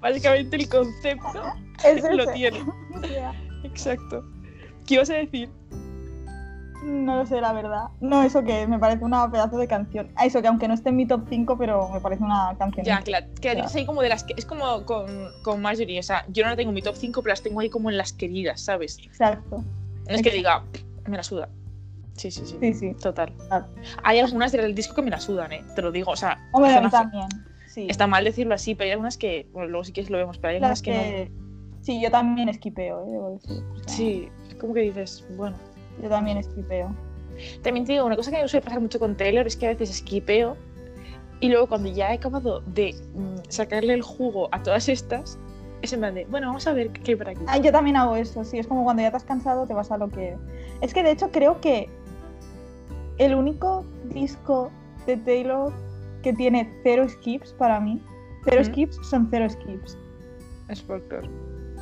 [SPEAKER 1] Básicamente el concepto
[SPEAKER 2] Es
[SPEAKER 1] lo
[SPEAKER 2] ese.
[SPEAKER 1] tiene.
[SPEAKER 2] O sea,
[SPEAKER 1] Exacto. ¿Qué ibas a decir?
[SPEAKER 2] No lo sé, la verdad. No, eso que me parece una pedazo de canción. Ah, Eso que aunque no esté en mi top 5, pero me parece una canción.
[SPEAKER 1] Ya, claro. Que dices ahí como de las que. Es como con, con Marjorie. O sea, yo no la tengo en mi top 5, pero las tengo ahí como en las queridas, ¿sabes?
[SPEAKER 2] Exacto.
[SPEAKER 1] No es que diga, me la suda. Sí, sí, sí.
[SPEAKER 2] Sí, Ah. sí.
[SPEAKER 1] Total.
[SPEAKER 2] Claro.
[SPEAKER 1] Hay algunas del disco que me la sudan, ¿eh? Te lo digo. O sea,
[SPEAKER 2] Hombre,
[SPEAKER 1] están
[SPEAKER 2] a mí
[SPEAKER 1] a fu-
[SPEAKER 2] también. Sí.
[SPEAKER 1] está mal decirlo así, pero hay algunas que. Bueno, luego sí que lo vemos, pero hay
[SPEAKER 2] Las
[SPEAKER 1] algunas que, no.
[SPEAKER 2] que- Sí, yo también esquipeo, eh, debo decir. O sea,
[SPEAKER 1] Sí, como que dices, bueno.
[SPEAKER 2] Yo también esquipeo.
[SPEAKER 1] También te digo, una cosa que me suele pasar mucho con Taylor es que a veces esquipeo y luego cuando ya he acabado de mm, sacarle el jugo a todas estas, es en plan de, bueno, vamos a ver qué hay por aquí.
[SPEAKER 2] Ah, yo también hago eso, sí. Es como cuando ya te has cansado, te vas a lo que. Es que de hecho creo que el único disco de Taylor que tiene cero skips para mí. Cero
[SPEAKER 1] Ujú.
[SPEAKER 2] skips son cero skips.
[SPEAKER 1] Es folklore.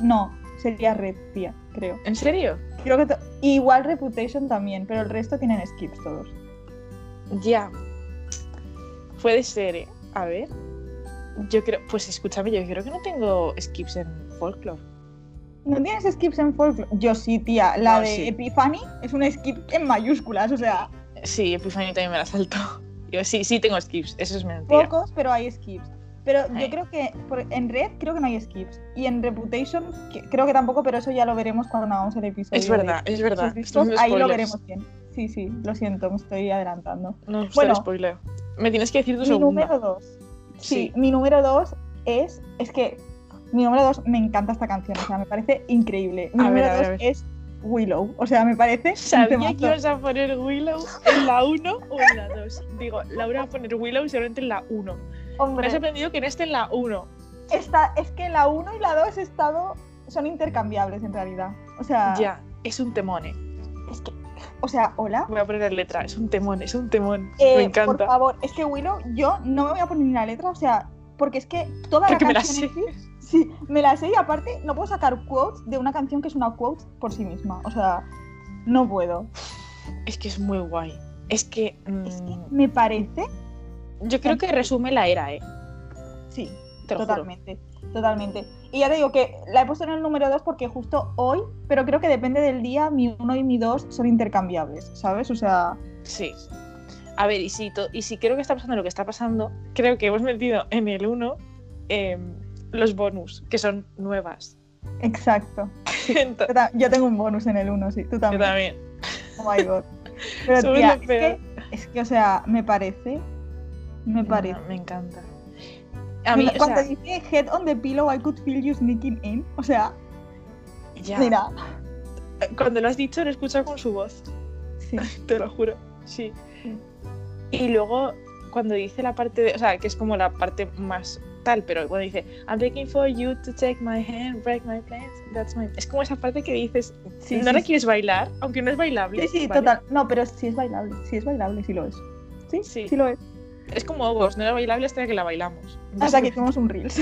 [SPEAKER 2] No, sería Red, tía, creo.
[SPEAKER 1] ¿En serio?
[SPEAKER 2] Creo que to- igual Reputation también, pero el resto tienen skips todos.
[SPEAKER 1] Ya. Puede ser, ¿eh? A ver. Yo creo, pues escúchame, yo creo que no tengo skips en folklore.
[SPEAKER 2] ¿No tienes skips en folklore? Yo sí, tía. La
[SPEAKER 1] No,
[SPEAKER 2] de
[SPEAKER 1] sí.
[SPEAKER 2] Epiphany es un skip en mayúsculas, o sea,
[SPEAKER 1] Sí, Epifanio también me la salto. Yo sí, sí tengo skips, eso es mentira.
[SPEAKER 2] pocos, pero hay skips. Pero
[SPEAKER 1] Ay.
[SPEAKER 2] yo creo que por- en Red creo que no hay skips. Y en Reputation que- creo que tampoco, pero eso ya lo veremos cuando hagamos el episodio.
[SPEAKER 1] Es
[SPEAKER 2] de
[SPEAKER 1] verdad, es
[SPEAKER 2] esos
[SPEAKER 1] verdad.
[SPEAKER 2] discos,
[SPEAKER 1] Estoy haciendo
[SPEAKER 2] Ahí lo
[SPEAKER 1] spoilers.
[SPEAKER 2] veremos bien. Sí, sí, lo siento, me estoy adelantando.
[SPEAKER 1] No me gusta
[SPEAKER 2] Bueno.
[SPEAKER 1] el spoiler. Me tienes que decir tu
[SPEAKER 2] Mi
[SPEAKER 1] segunda.
[SPEAKER 2] número 2. Sí, mi número 2 es. Es que mi número 2 me encanta esta canción, o sea, me parece increíble. Mi
[SPEAKER 1] A ver,
[SPEAKER 2] número
[SPEAKER 1] a ver, a
[SPEAKER 2] 2
[SPEAKER 1] ver.
[SPEAKER 2] es Willow, o sea, me parece. un
[SPEAKER 1] Sabía
[SPEAKER 2] temazo.
[SPEAKER 1] que ibas a poner Willow en la 1 o en la 2. Digo, Laura va a poner Willow seguramente en la 1. Me
[SPEAKER 2] Hombre,
[SPEAKER 1] ha sorprendido que no esté en la 1.
[SPEAKER 2] esta- es que la 1 y la 2 he estado. Son intercambiables en realidad. O sea,
[SPEAKER 1] Ya, es un temón, eh.
[SPEAKER 2] es que. O sea, hola.
[SPEAKER 1] Voy a poner letra, es un temón, es un temón.
[SPEAKER 2] Eh,
[SPEAKER 1] me
[SPEAKER 2] Por
[SPEAKER 1] encanta.
[SPEAKER 2] favor, es que Willow, yo no me voy a poner ni la letra, o sea, porque es que toda
[SPEAKER 1] Porque me
[SPEAKER 2] la
[SPEAKER 1] la
[SPEAKER 2] canción. en sí, sí, me la sé y aparte no puedo sacar quotes de una canción que es una quote por sí misma. O sea, no puedo.
[SPEAKER 1] Es que es muy guay. Es que. mm,
[SPEAKER 2] Es que me parece.
[SPEAKER 1] yo creo que resume la era, eh.
[SPEAKER 2] Sí,
[SPEAKER 1] Te lo juro.
[SPEAKER 2] totalmente. Totalmente. Y ya te digo que la he puesto en el número 2 porque justo hoy, pero creo que depende del día, mi 1 y mi 2 son intercambiables, ¿sabes? O sea,
[SPEAKER 1] Sí. A ver, y si, to- y si creo que está pasando lo que está pasando, creo que hemos metido en el 1 los bonus, que son nuevas.
[SPEAKER 2] exacto.
[SPEAKER 1] Entonces,
[SPEAKER 2] Yo, ta- yo tengo un bonus en el 1, sí, tú
[SPEAKER 1] yo
[SPEAKER 2] también.
[SPEAKER 1] también.
[SPEAKER 2] Oh my god. Pero
[SPEAKER 1] Somos
[SPEAKER 2] tía,
[SPEAKER 1] lo
[SPEAKER 2] es
[SPEAKER 1] peor.
[SPEAKER 2] que, es que, o sea, me parece. Me
[SPEAKER 1] No,
[SPEAKER 2] parece.
[SPEAKER 1] Ah, me encanta. A mí,
[SPEAKER 2] Mira,
[SPEAKER 1] o
[SPEAKER 2] cuando
[SPEAKER 1] sea,
[SPEAKER 2] dice head on the pillow, I could feel you sneaking in. O sea,
[SPEAKER 1] ya,
[SPEAKER 2] mira.
[SPEAKER 1] cuando lo has dicho, lo he escuchado con su voz,
[SPEAKER 2] Sí,
[SPEAKER 1] te lo juro. Sí.
[SPEAKER 2] Sí.
[SPEAKER 1] Y luego, cuando dice la parte de. O sea, que es como la parte más tal, pero cuando dice, I'm looking for you to take my hand, break my plans, that's my. Es como esa parte que dices,
[SPEAKER 2] sí,
[SPEAKER 1] no
[SPEAKER 2] sí,
[SPEAKER 1] la
[SPEAKER 2] sí.
[SPEAKER 1] quieres bailar, aunque no es bailable.
[SPEAKER 2] Sí, sí,
[SPEAKER 1] ¿vale?
[SPEAKER 2] total. No, pero sí es bailable. Sí es bailable, sí lo es. Sí,
[SPEAKER 1] Sí.
[SPEAKER 2] sí, lo es.
[SPEAKER 1] Es como Obos, no era bailable hasta que la bailamos.
[SPEAKER 2] Hasta que
[SPEAKER 1] pues.
[SPEAKER 2] hicimos un Reels.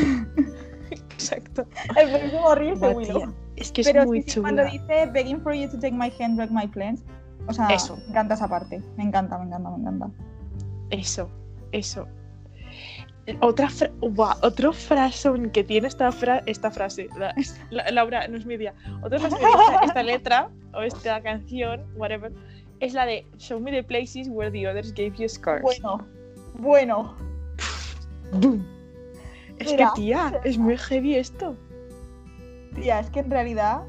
[SPEAKER 1] Exacto.
[SPEAKER 2] El próximo Reels de
[SPEAKER 1] Buah,
[SPEAKER 2] Willow.
[SPEAKER 1] tía, Es que es
[SPEAKER 2] Pero
[SPEAKER 1] muy
[SPEAKER 2] sí, sí,
[SPEAKER 1] chula.
[SPEAKER 2] cuando dice begging for you to take my hand, break my plans. O sea,
[SPEAKER 1] Eso.
[SPEAKER 2] me encanta esa parte. Me encanta, me encanta, me encanta.
[SPEAKER 1] Eso, eso. Otra fra- buah, otro frasón que tiene esta, fra- esta frase, la- la- Laura, no es mi día. Otra frase que tiene esta, esta letra o esta canción, whatever, es la de Show me the places where the others gave you scars.
[SPEAKER 2] Bueno, bueno.
[SPEAKER 1] Boom. Es que,
[SPEAKER 2] Mira.
[SPEAKER 1] tía, es muy heavy esto.
[SPEAKER 2] Tía, es que en realidad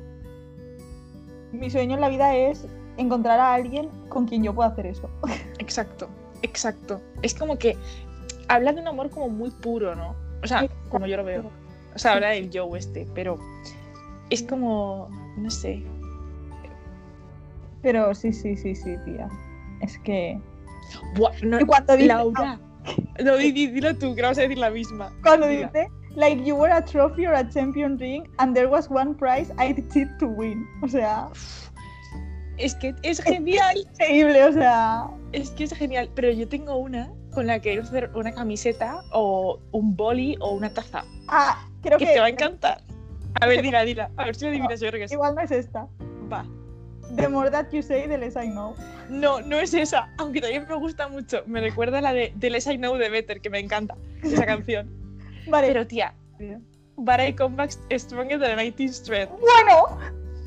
[SPEAKER 2] mi sueño en la vida es encontrar a alguien con quien yo pueda hacer eso.
[SPEAKER 1] Exacto, exacto. Es como que habla de un amor como muy puro, ¿no? O sea, como yo lo veo. O sea, habla del yo este, pero es como, no sé,
[SPEAKER 2] Pero sí, sí, sí, sí, tía. Es que
[SPEAKER 1] Buah, no,
[SPEAKER 2] Y cuando dice-
[SPEAKER 1] Laura. No, di- di- dilo tú, que no vas a decir la misma.
[SPEAKER 2] cuando
[SPEAKER 1] Mira.
[SPEAKER 2] dice like you were a trophy or a champion ring and there was one prize I cheat to win. O sea,
[SPEAKER 1] Es que es genial,
[SPEAKER 2] increíble, o sea,
[SPEAKER 1] es que es genial. Pero yo tengo una con la que quiero hacer una camiseta o un boli o una taza.
[SPEAKER 2] ah, creo
[SPEAKER 1] Que
[SPEAKER 2] que,
[SPEAKER 1] te va a encantar. A ver, dila, dila. A ver si lo adivinas, yo creo que sí.
[SPEAKER 2] igual no es esta.
[SPEAKER 1] Va.
[SPEAKER 2] The more that you say, the less I know.
[SPEAKER 1] No, no es esa. Aunque también me gusta mucho. Me recuerda a la de The Less I Know The Better, que me encanta esa canción.
[SPEAKER 2] Vale.
[SPEAKER 1] Pero tía, But I Come Back Stronger Than I Teen Strength.
[SPEAKER 2] bueno,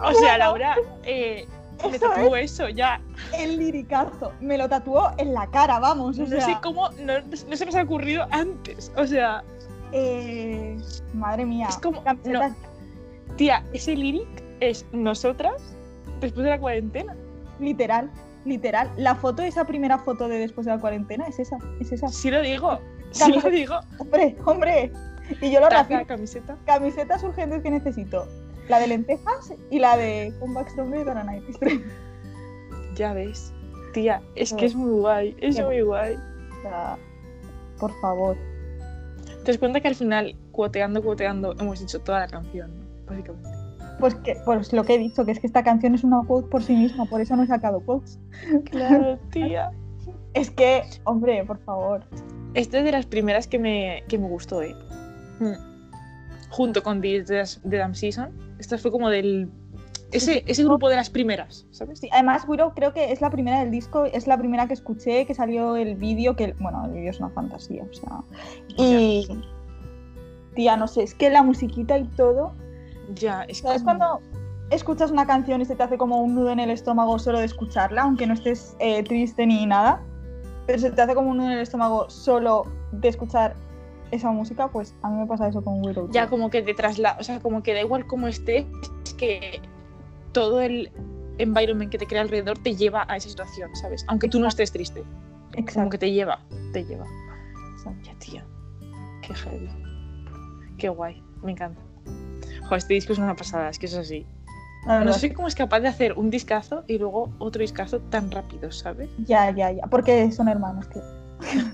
[SPEAKER 1] O sea,
[SPEAKER 2] Bueno.
[SPEAKER 1] Laura, Oh, eh, me
[SPEAKER 2] Eso
[SPEAKER 1] tatuó eso ya.
[SPEAKER 2] El liricazo. Me lo tatuó en la cara, vamos. O
[SPEAKER 1] No
[SPEAKER 2] sea,
[SPEAKER 1] sé cómo, no, no se nos ha ocurrido antes. O sea,
[SPEAKER 2] eh, madre mía.
[SPEAKER 1] Es como-
[SPEAKER 2] Camisetas-
[SPEAKER 1] tía, ese lyric es nosotras después de la cuarentena.
[SPEAKER 2] Literal, literal. La foto, esa primera foto de después de la cuarentena, es esa, es esa.
[SPEAKER 1] Sí lo digo, sí lo
[SPEAKER 2] Camiseta.
[SPEAKER 1] digo.
[SPEAKER 2] Hombre, hombre. Y yo lo
[SPEAKER 1] Taca,
[SPEAKER 2] reafirmo.
[SPEAKER 1] camiseta.
[SPEAKER 2] Camisetas urgentes que necesito. La de lentejas y la de Comeback Strong de Taranaitis
[SPEAKER 1] Ya ves. Tía, es
[SPEAKER 2] No.
[SPEAKER 1] que es muy guay, es
[SPEAKER 2] Ya.
[SPEAKER 1] muy guay.
[SPEAKER 2] O sea, por favor.
[SPEAKER 1] Te das cuenta que al final, cuoteando, cuoteando, hemos dicho toda la canción, ¿no? básicamente.
[SPEAKER 2] Pues, que, pues lo que he dicho, que es que esta canción es una quote por sí misma, por eso no he sacado quotes.
[SPEAKER 1] Claro, tía.
[SPEAKER 2] Es que, hombre, por favor.
[SPEAKER 1] Esta es de las primeras que me, que me gustó, ¿eh?
[SPEAKER 2] Hmm.
[SPEAKER 1] Mm. Junto con The de Damn Season. Esta fue como del. Ese, ese grupo de las primeras, ¿sabes?
[SPEAKER 2] Sí, además, Willow creo que es la primera del disco, es la primera que escuché, que salió el vídeo, que, bueno, el vídeo es una fantasía, o sea. Y, tía, no sé, es que la musiquita y todo,
[SPEAKER 1] Ya, es
[SPEAKER 2] ¿sabes
[SPEAKER 1] como-
[SPEAKER 2] cuando escuchas una canción y se te hace como un nudo en el estómago solo de escucharla, aunque no estés eh, triste ni nada? Pero se te hace como un nudo en el estómago solo de escuchar esa música, pues a mí me pasa eso con Willow.
[SPEAKER 1] ya como que te traslada, o sea, como que da igual cómo estés, es que todo el environment que te crea alrededor te lleva a esa situación, ¿sabes? Aunque tú no estés triste, como
[SPEAKER 2] Exacto.
[SPEAKER 1] que te lleva, te lleva. Ya, tía, qué heavy, qué guay, me encanta. Joder, este disco es una pasada, es que eso es así.
[SPEAKER 2] La verdad
[SPEAKER 1] No
[SPEAKER 2] es
[SPEAKER 1] sé cómo es capaz de hacer un discazo y luego otro discazo tan rápido, ¿sabes?
[SPEAKER 2] Ya, ya, ya. Porque son hermanos, tío.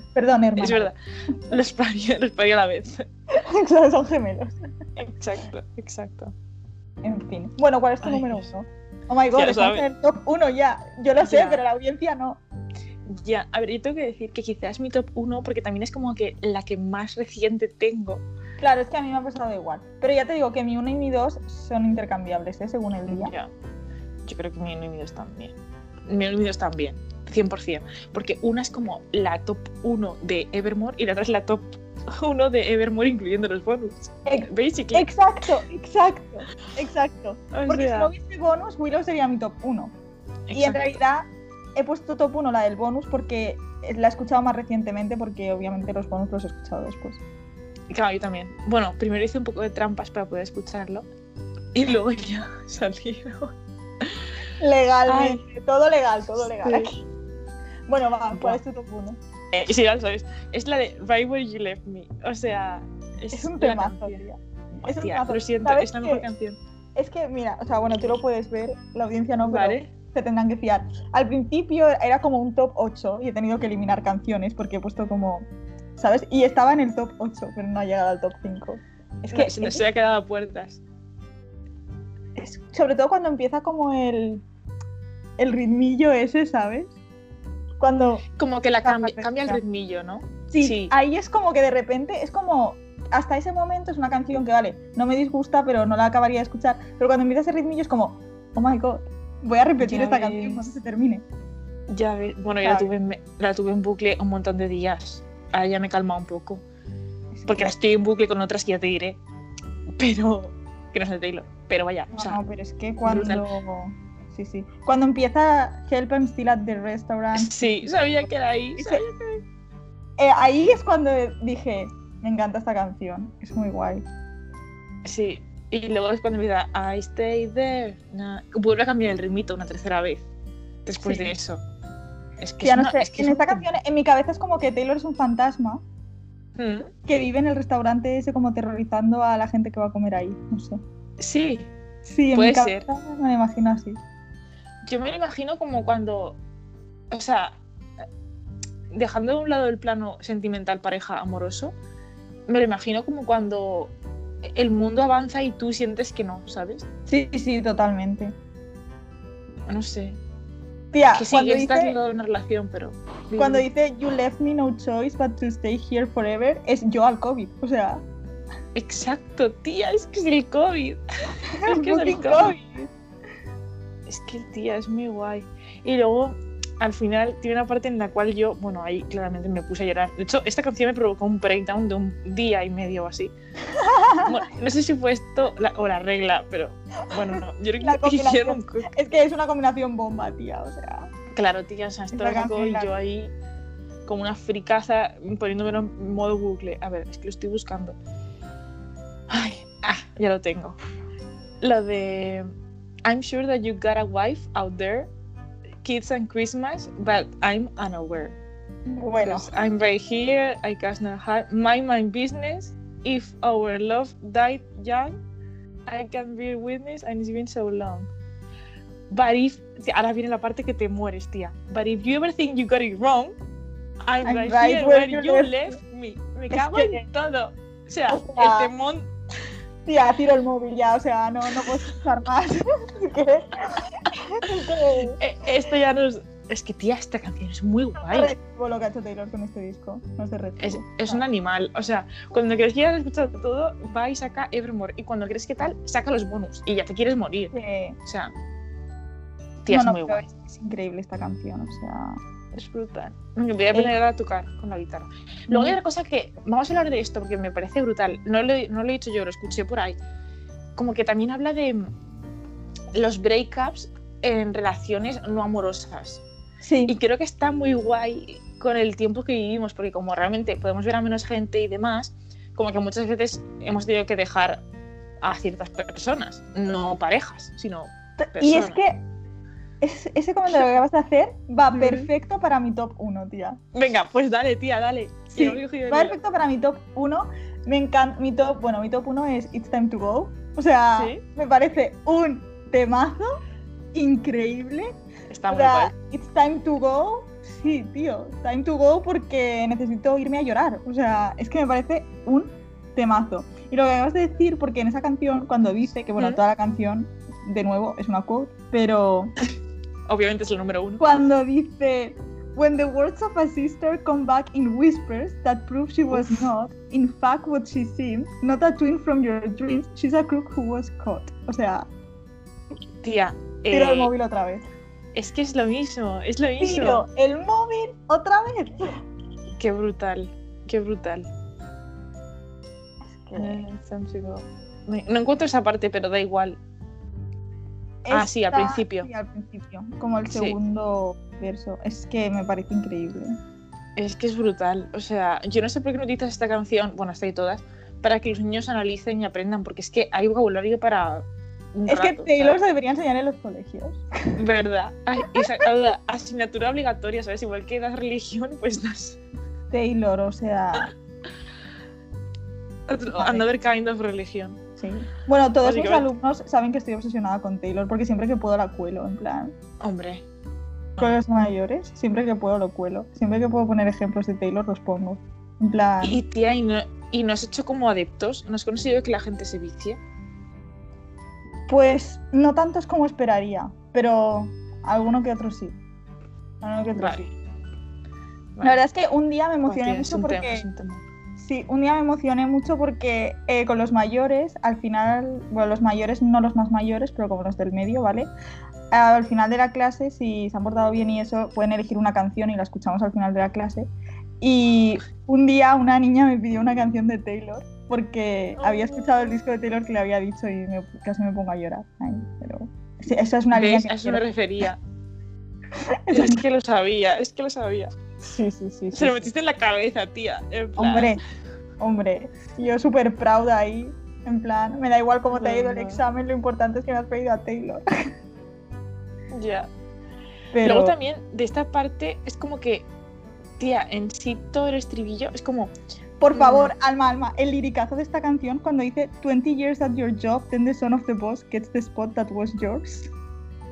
[SPEAKER 2] Perdón, hermanos.
[SPEAKER 1] Es verdad, los parió, los parió a la vez.
[SPEAKER 2] Claro, son gemelos.
[SPEAKER 1] Exacto, exacto.
[SPEAKER 2] En fin. Bueno, ¿cuál es tu
[SPEAKER 1] Ay,
[SPEAKER 2] número
[SPEAKER 1] Dios.
[SPEAKER 2] uno? Oh my god,
[SPEAKER 1] Ya lo
[SPEAKER 2] estamos
[SPEAKER 1] sabe.
[SPEAKER 2] en el top uno ya. Yo lo sé,
[SPEAKER 1] Ya.
[SPEAKER 2] pero la audiencia no.
[SPEAKER 1] Ya, a ver, yo tengo que decir que quizás mi top 1, porque también es como que la que más reciente tengo.
[SPEAKER 2] Claro, es que a mí me ha pasado igual. Pero ya te digo que mi uno y mi dos son intercambiables, ¿eh? Según el día.
[SPEAKER 1] Ya. Yo creo que mi enemigo también. Mi enemigo también, 100%. Porque una es como la top 1 de Evermore y la otra es la top 1 de Evermore, incluyendo los bonus.
[SPEAKER 2] Ex-
[SPEAKER 1] Basically.
[SPEAKER 2] Exacto, exacto, exacto.
[SPEAKER 1] o
[SPEAKER 2] Porque si
[SPEAKER 1] sea,
[SPEAKER 2] no hubiese bonus, Willow sería mi top uno. Y en
[SPEAKER 1] exacto.
[SPEAKER 2] realidad he puesto top uno la del bonus porque la he escuchado más recientemente porque obviamente los bonus los he escuchado después.
[SPEAKER 1] Claro, yo también. Bueno, primero hice un poco de trampas para poder escucharlo y luego ya salió.
[SPEAKER 2] Legalmente, todo legal, todo legal.
[SPEAKER 1] Sí.
[SPEAKER 2] aquí. Bueno, va, ¿cuál
[SPEAKER 1] Buah.
[SPEAKER 2] es tu top uno?
[SPEAKER 1] Eh, sí, ya lo sabes. Es la de Right Where You Left Me. O sea, es,
[SPEAKER 2] Es un
[SPEAKER 1] la
[SPEAKER 2] temazo,
[SPEAKER 1] canción.
[SPEAKER 2] tía.
[SPEAKER 1] Hostia,
[SPEAKER 2] Es un temazo.
[SPEAKER 1] lo siento,
[SPEAKER 2] ¿Sabes
[SPEAKER 1] es la
[SPEAKER 2] qué?
[SPEAKER 1] mejor canción.
[SPEAKER 2] Es que, mira, o sea, bueno, tú lo puedes ver, la audiencia no, pero
[SPEAKER 1] Vale.
[SPEAKER 2] se tendrán que fiar. Al principio era como un top 8 y he tenido que eliminar canciones porque he puesto como, ¿sabes? Y estaba en el top 8, pero no ha llegado al top 5. Es que,
[SPEAKER 1] se nos ha quedado a puertas.
[SPEAKER 2] es- sobre todo cuando empieza como el, el ritmillo ese, ¿sabes? Cuando
[SPEAKER 1] Como que la
[SPEAKER 2] Baja
[SPEAKER 1] cambia, cambia el
[SPEAKER 2] tensión.
[SPEAKER 1] ritmillo, ¿no?
[SPEAKER 2] Sí,
[SPEAKER 1] Sí.
[SPEAKER 2] ahí es como que de repente, es como, hasta ese momento es una canción que vale, no me disgusta, pero no la acabaría de escuchar. Pero cuando empieza ese ritmillo es como, oh my god, voy a repetir
[SPEAKER 1] Ya
[SPEAKER 2] esta
[SPEAKER 1] ves.
[SPEAKER 2] canción cuando se termine.
[SPEAKER 1] Ya ves. Bueno, yo la
[SPEAKER 2] Claro.
[SPEAKER 1] tuve, en, la tuve en bucle un montón de días. Ahora ya me he calmado un poco. Porque la estoy en bucle con otras que ya te diré. Pero. Que no es de Taylor. Pero vaya.
[SPEAKER 2] No,
[SPEAKER 1] o sea,
[SPEAKER 2] no, pero es que cuando... Sí, sí. Cuando empieza Help I'm Still at the Restaurant,
[SPEAKER 1] sí, sabía que Em. era ahí.
[SPEAKER 2] Ese-
[SPEAKER 1] sabía-
[SPEAKER 2] eh, ahí es cuando dije, me encanta esta canción, es muy guay.
[SPEAKER 1] Sí. Y luego es cuando empieza I stay there. na- Vuelve a cambiar el ritmito una tercera vez. Después
[SPEAKER 2] Sí.
[SPEAKER 1] de eso. Es que
[SPEAKER 2] Ya
[SPEAKER 1] es
[SPEAKER 2] no
[SPEAKER 1] una-
[SPEAKER 2] sé,
[SPEAKER 1] es que
[SPEAKER 2] en
[SPEAKER 1] es
[SPEAKER 2] esta
[SPEAKER 1] un-
[SPEAKER 2] canción, en mi cabeza es como que Taylor es un fantasma
[SPEAKER 1] Mm.
[SPEAKER 2] que vive en el restaurante ese como terrorizando a la gente que va a comer ahí, no sé.
[SPEAKER 1] Sí,
[SPEAKER 2] Sí, en
[SPEAKER 1] Puede
[SPEAKER 2] mi cabeza me lo imagino así.
[SPEAKER 1] yo me lo imagino como cuando, o sea, dejando de un lado el plano sentimental, pareja, amoroso, me lo imagino como cuando el mundo avanza y tú sientes que no, ¿sabes?
[SPEAKER 2] Sí, sí, totalmente.
[SPEAKER 1] No sé.
[SPEAKER 2] Tía,
[SPEAKER 1] Que sí,
[SPEAKER 2] Ah, cuando,
[SPEAKER 1] que estás
[SPEAKER 2] dice,
[SPEAKER 1] ligado a una relación, pero...
[SPEAKER 2] cuando dice You left me no choice but to stay here forever, es yo al COVID. O sea,
[SPEAKER 1] Exacto, tía, es que es el COVID. Es que es el
[SPEAKER 2] fucking
[SPEAKER 1] COVID. Es que, tía, es muy guay. Y luego, al final, tiene una parte en la cual yo, bueno, ahí claramente me puse a llorar. De hecho, esta canción me provocó un breakdown de un día y medio o así. Bueno, no sé si fue esto la- o la regla, pero bueno, no. Yo
[SPEAKER 2] La
[SPEAKER 1] creo que hicieron un co-
[SPEAKER 2] Es que es una combinación bomba, tía, o sea.
[SPEAKER 1] Claro, tía, o sea, esto
[SPEAKER 2] Esa
[SPEAKER 1] lo sacó y
[SPEAKER 2] canción,
[SPEAKER 1] yo
[SPEAKER 2] la-
[SPEAKER 1] ahí como una fricaza poniéndome en modo bucle. A ver, es que lo estoy buscando. Ay, ah, ya lo tengo. Lo de I'm sure that you got a wife out there, kids and Christmas, but I'm unaware.
[SPEAKER 2] Bueno,
[SPEAKER 1] Because I'm right here, I cast not hard. Mind my business. If our love died young, I can be a witness and it's been so long. But if. tía, Ahora viene la parte que te mueres, tía. But if you ever think you got it wrong, I'm,
[SPEAKER 2] I'm
[SPEAKER 1] right,
[SPEAKER 2] right
[SPEAKER 1] here
[SPEAKER 2] where
[SPEAKER 1] where
[SPEAKER 2] you
[SPEAKER 1] you
[SPEAKER 2] left
[SPEAKER 1] left me. Me cago
[SPEAKER 2] que-
[SPEAKER 1] en todo. O sea, este
[SPEAKER 2] O sea,
[SPEAKER 1] el temón.
[SPEAKER 2] tía, tiro el móvil ya, o sea, no, no puedo estar más. Es que- es que-
[SPEAKER 1] eh, Esto ya no es. Es que, tía, esta canción es muy guay.
[SPEAKER 2] recibo lo que ha hecho Taylor con este disco. No se recibo.
[SPEAKER 1] Es, es un animal. O sea, cuando crees que ya has escuchado todo, va y saca Evermore. Y cuando crees que tal, saca los bonus. Y ya te quieres morir.
[SPEAKER 2] Sí.
[SPEAKER 1] O sea, tía,
[SPEAKER 2] No,
[SPEAKER 1] es
[SPEAKER 2] no,
[SPEAKER 1] muy
[SPEAKER 2] pero
[SPEAKER 1] guay.
[SPEAKER 2] Es, es increíble esta canción, o sea.
[SPEAKER 1] Es brutal. Me
[SPEAKER 2] Eh.
[SPEAKER 1] voy a aprender a tocar con la guitarra. Luego
[SPEAKER 2] Mm.
[SPEAKER 1] hay otra cosa que. Vamos a hablar de esto porque me parece brutal. No lo, he- no lo he dicho yo, lo escuché por ahí. Como que también habla de mm, los breakups en relaciones no amorosas.
[SPEAKER 2] Sí,
[SPEAKER 1] Y creo que está muy guay con el tiempo que vivimos, porque como realmente podemos ver a menos gente y demás, como que muchas veces hemos tenido que dejar a ciertas personas, no parejas, sino...
[SPEAKER 2] y es
[SPEAKER 1] persona.
[SPEAKER 2] que es- ese comentario que acabas de hacer va
[SPEAKER 1] Ujú.
[SPEAKER 2] perfecto para mi top 1, tía.
[SPEAKER 1] Venga, pues dale, tía, dale.
[SPEAKER 2] Sí,
[SPEAKER 1] Yo lo he cogido
[SPEAKER 2] Va
[SPEAKER 1] de-
[SPEAKER 2] perfecto para mi top 1. Me encanta. Mi top, bueno, mi top 1 es It's Time to Go. O sea,
[SPEAKER 1] Sí.
[SPEAKER 2] me parece un temazo increíble.
[SPEAKER 1] Está
[SPEAKER 2] pues, O
[SPEAKER 1] muy
[SPEAKER 2] sea,
[SPEAKER 1] guay.
[SPEAKER 2] it's time to go. Sí, tío, time to go porque necesito irme a llorar. O sea, es que me parece un temazo. Y lo que acabas de decir, porque en esa canción, cuando dice, que bueno,
[SPEAKER 1] Ujú.
[SPEAKER 2] toda la canción, de nuevo, es una quote, pero
[SPEAKER 1] Obviamente es lo número uno.
[SPEAKER 2] cuando dice, When the words of a sister come back in whispers that prove she was not, in fact what she seemed, not a twin from your dreams, she's a crook who was caught. O sea,
[SPEAKER 1] Tía,
[SPEAKER 2] tiro
[SPEAKER 1] eh,
[SPEAKER 2] el móvil otra vez.
[SPEAKER 1] es que es lo mismo, es lo mismo.
[SPEAKER 2] Tiro el móvil otra vez.
[SPEAKER 1] Qué brutal, qué brutal.
[SPEAKER 2] que-
[SPEAKER 1] Eh, Something Go. Me- No encuentro esa parte, pero da igual. Ah, sí, al
[SPEAKER 2] Esta-
[SPEAKER 1] principio.
[SPEAKER 2] sí, al principio, como el
[SPEAKER 1] Sí.
[SPEAKER 2] segundo verso. Es que me parece increíble.
[SPEAKER 1] Es que es brutal. O sea, yo no sé por qué no utilizas esta canción, bueno, esta y todas, para que los niños analicen y aprendan, porque es que hay vocabulario para. un
[SPEAKER 2] es que
[SPEAKER 1] rato, o sea,
[SPEAKER 2] Taylor se debería enseñar en los colegios.
[SPEAKER 1] Verdad. Ay, esa- la asignatura obligatoria, ¿sabes? Igual que das religión, pues das
[SPEAKER 2] Taylor, o sea.
[SPEAKER 1] otro-
[SPEAKER 2] Vale.
[SPEAKER 1] another kind of religión.
[SPEAKER 2] Sí. Bueno, todos mis
[SPEAKER 1] Básicamente.
[SPEAKER 2] alumnos saben que estoy obsesionada con Taylor porque siempre que puedo la cuelo, en plan.
[SPEAKER 1] Hombre,
[SPEAKER 2] Con los mayores, siempre que puedo lo cuelo. Siempre que puedo poner ejemplos de Taylor, los pongo. En plan.
[SPEAKER 1] y tía, y no, y no has hecho como adeptos, no has conseguido que la gente se vicie.
[SPEAKER 2] Pues no tantos como esperaría, pero alguno que otro sí. Alguno que otro
[SPEAKER 1] Vale.
[SPEAKER 2] sí.
[SPEAKER 1] Vale.
[SPEAKER 2] La verdad es que un día me
[SPEAKER 1] Pues, tía,
[SPEAKER 2] emocioné
[SPEAKER 1] es
[SPEAKER 2] mucho
[SPEAKER 1] un
[SPEAKER 2] porque.
[SPEAKER 1] tema, es un tema.
[SPEAKER 2] Sí, un día me emocioné mucho porque eh, con los mayores, al final, bueno, los mayores, no los más mayores, pero como los del medio, ¿vale? Ah, Al final de la clase, si se han portado bien y eso, pueden elegir una canción y la escuchamos al final de la clase. Y un día una niña me pidió una canción de Taylor porque había escuchado el disco de Taylor que le había dicho y me- casi me pongo a llorar. Ay, pero... Sí, esa es una línea
[SPEAKER 1] ¿Ves?
[SPEAKER 2] que
[SPEAKER 1] A eso me
[SPEAKER 2] quiero-
[SPEAKER 1] refería. es que lo sabía, es que lo sabía.
[SPEAKER 2] Sí, sí, sí. sí,
[SPEAKER 1] Se lo
[SPEAKER 2] sí.
[SPEAKER 1] metiste en la cabeza, tía. en plan,
[SPEAKER 2] Hombre, hombre, yo súper proud ahí. En plan, me da igual cómo te ha ido el
[SPEAKER 1] Bueno.
[SPEAKER 2] examen, lo importante es que me has pedido a Taylor.
[SPEAKER 1] Ya.
[SPEAKER 2] Pero
[SPEAKER 1] Luego también, de esta parte, es como que, tía, en sí todo el estribillo es como,
[SPEAKER 2] por favor, alma, alma, el liricazo de esta canción cuando dice 20 years at your job, then the son of the boss gets the spot that was yours.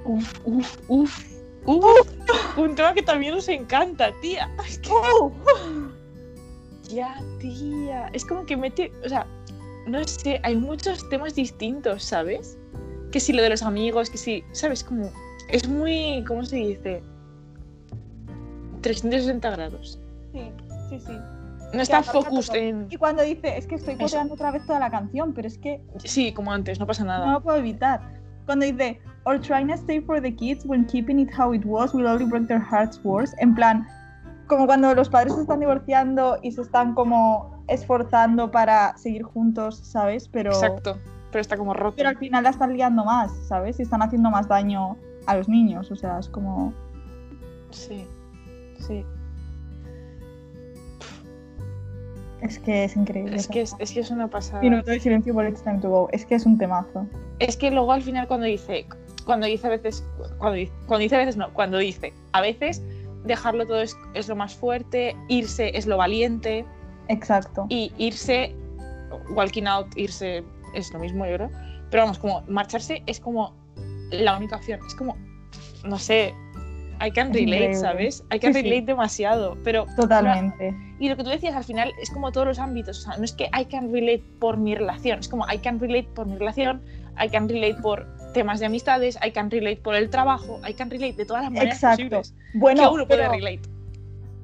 [SPEAKER 1] uff, uff, uff, uff. Un tema que también nos encanta, tía. Es que-
[SPEAKER 2] ¡Uh!
[SPEAKER 1] ya, tía. Es como que mete, o sea, no sé, hay muchos temas distintos, ¿sabes? Que si lo de los amigos, que si, ¿sabes? Como, es muy, ¿cómo se dice? 360 grados.
[SPEAKER 2] Sí, sí, sí.
[SPEAKER 1] No está
[SPEAKER 2] abarca
[SPEAKER 1] focus
[SPEAKER 2] todo.
[SPEAKER 1] en...
[SPEAKER 2] Y cuando dice, es que estoy coteando otra vez toda la canción, pero es que
[SPEAKER 1] Sí, como antes, no pasa nada.
[SPEAKER 2] no lo puedo evitar. Cuando dice, or trying to stay for the kids when keeping it how it was will only break their hearts worse, en plan, como cuando los padres se están divorciando y se están como esforzando para seguir juntos, ¿sabes? Pero,
[SPEAKER 1] Exacto. Pero está como roto.
[SPEAKER 2] pero al final la están liando más, ¿sabes? Y están haciendo más daño a los niños, o sea, es como...
[SPEAKER 1] Sí. Sí.
[SPEAKER 2] Es que es increíble.
[SPEAKER 1] Es que es, es que es una pasada.
[SPEAKER 2] Minuto de silencio por It's Time to Go. Es que es un temazo.
[SPEAKER 1] Es que luego al final cuando dice, cuando dice a veces, cuando dice, cuando dice a veces no, cuando dice, a veces dejarlo todo es, es lo más fuerte, irse es lo valiente
[SPEAKER 2] Exacto.
[SPEAKER 1] y irse, walking out, irse es lo mismo, yo creo. Pero vamos, como marcharse es como la única opción, es como, no sé, I can
[SPEAKER 2] Es
[SPEAKER 1] relate,
[SPEAKER 2] increíble.
[SPEAKER 1] ¿sabes? I can
[SPEAKER 2] Sí, sí.
[SPEAKER 1] relate demasiado, pero
[SPEAKER 2] Totalmente.
[SPEAKER 1] y lo que tú decías al final es como todos los ámbitos. O sea, no es que I can relate por mi relación, es como I can relate por mi relación, I can relate por temas de amistades, I can relate por el trabajo, I can relate de todas las maneras
[SPEAKER 2] Exacto.
[SPEAKER 1] posibles.
[SPEAKER 2] Bueno,
[SPEAKER 1] que uno puede
[SPEAKER 2] pero,
[SPEAKER 1] relate.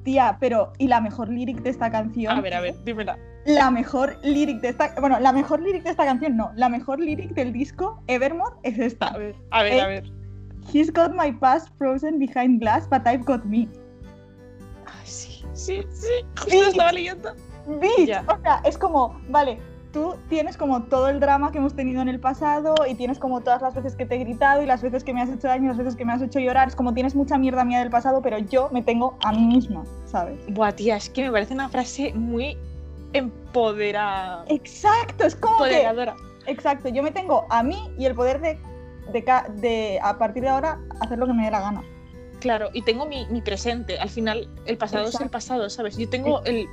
[SPEAKER 2] tía, pero y la mejor lyric de esta canción.
[SPEAKER 1] A ver, a ver, dímela.
[SPEAKER 2] La mejor lyric de esta, bueno, la mejor lyric de esta canción no, la mejor lyric del disco Evermore es
[SPEAKER 1] A
[SPEAKER 2] esta.
[SPEAKER 1] ver, a ver.
[SPEAKER 2] Eh.
[SPEAKER 1] A ver.
[SPEAKER 2] He's got my past frozen behind glass, but I've got me.
[SPEAKER 1] Ay, Ah, sí, sí, sí. Justo lo estaba leyendo.
[SPEAKER 2] Bitch,
[SPEAKER 1] Ya.
[SPEAKER 2] o sea, es como, vale, tú tienes como todo el drama que hemos tenido en el pasado y tienes como todas las veces que te he gritado y las veces que me has hecho daño y las veces que me has hecho llorar. Es como tienes mucha mierda mía del pasado, pero yo me tengo a mí misma, ¿sabes?
[SPEAKER 1] Buah, tía, es que me parece una frase muy empoderada.
[SPEAKER 2] Exacto, es como que,
[SPEAKER 1] Empoderadora.
[SPEAKER 2] exacto, yo me tengo a mí y el poder de, de, ca- de a partir de ahora hacer lo que me dé la gana.
[SPEAKER 1] Claro, y tengo mi, mi presente. Al final, el pasado es el
[SPEAKER 2] Exacto. Eh.
[SPEAKER 1] pasado, ¿sabes? Yo tengo el,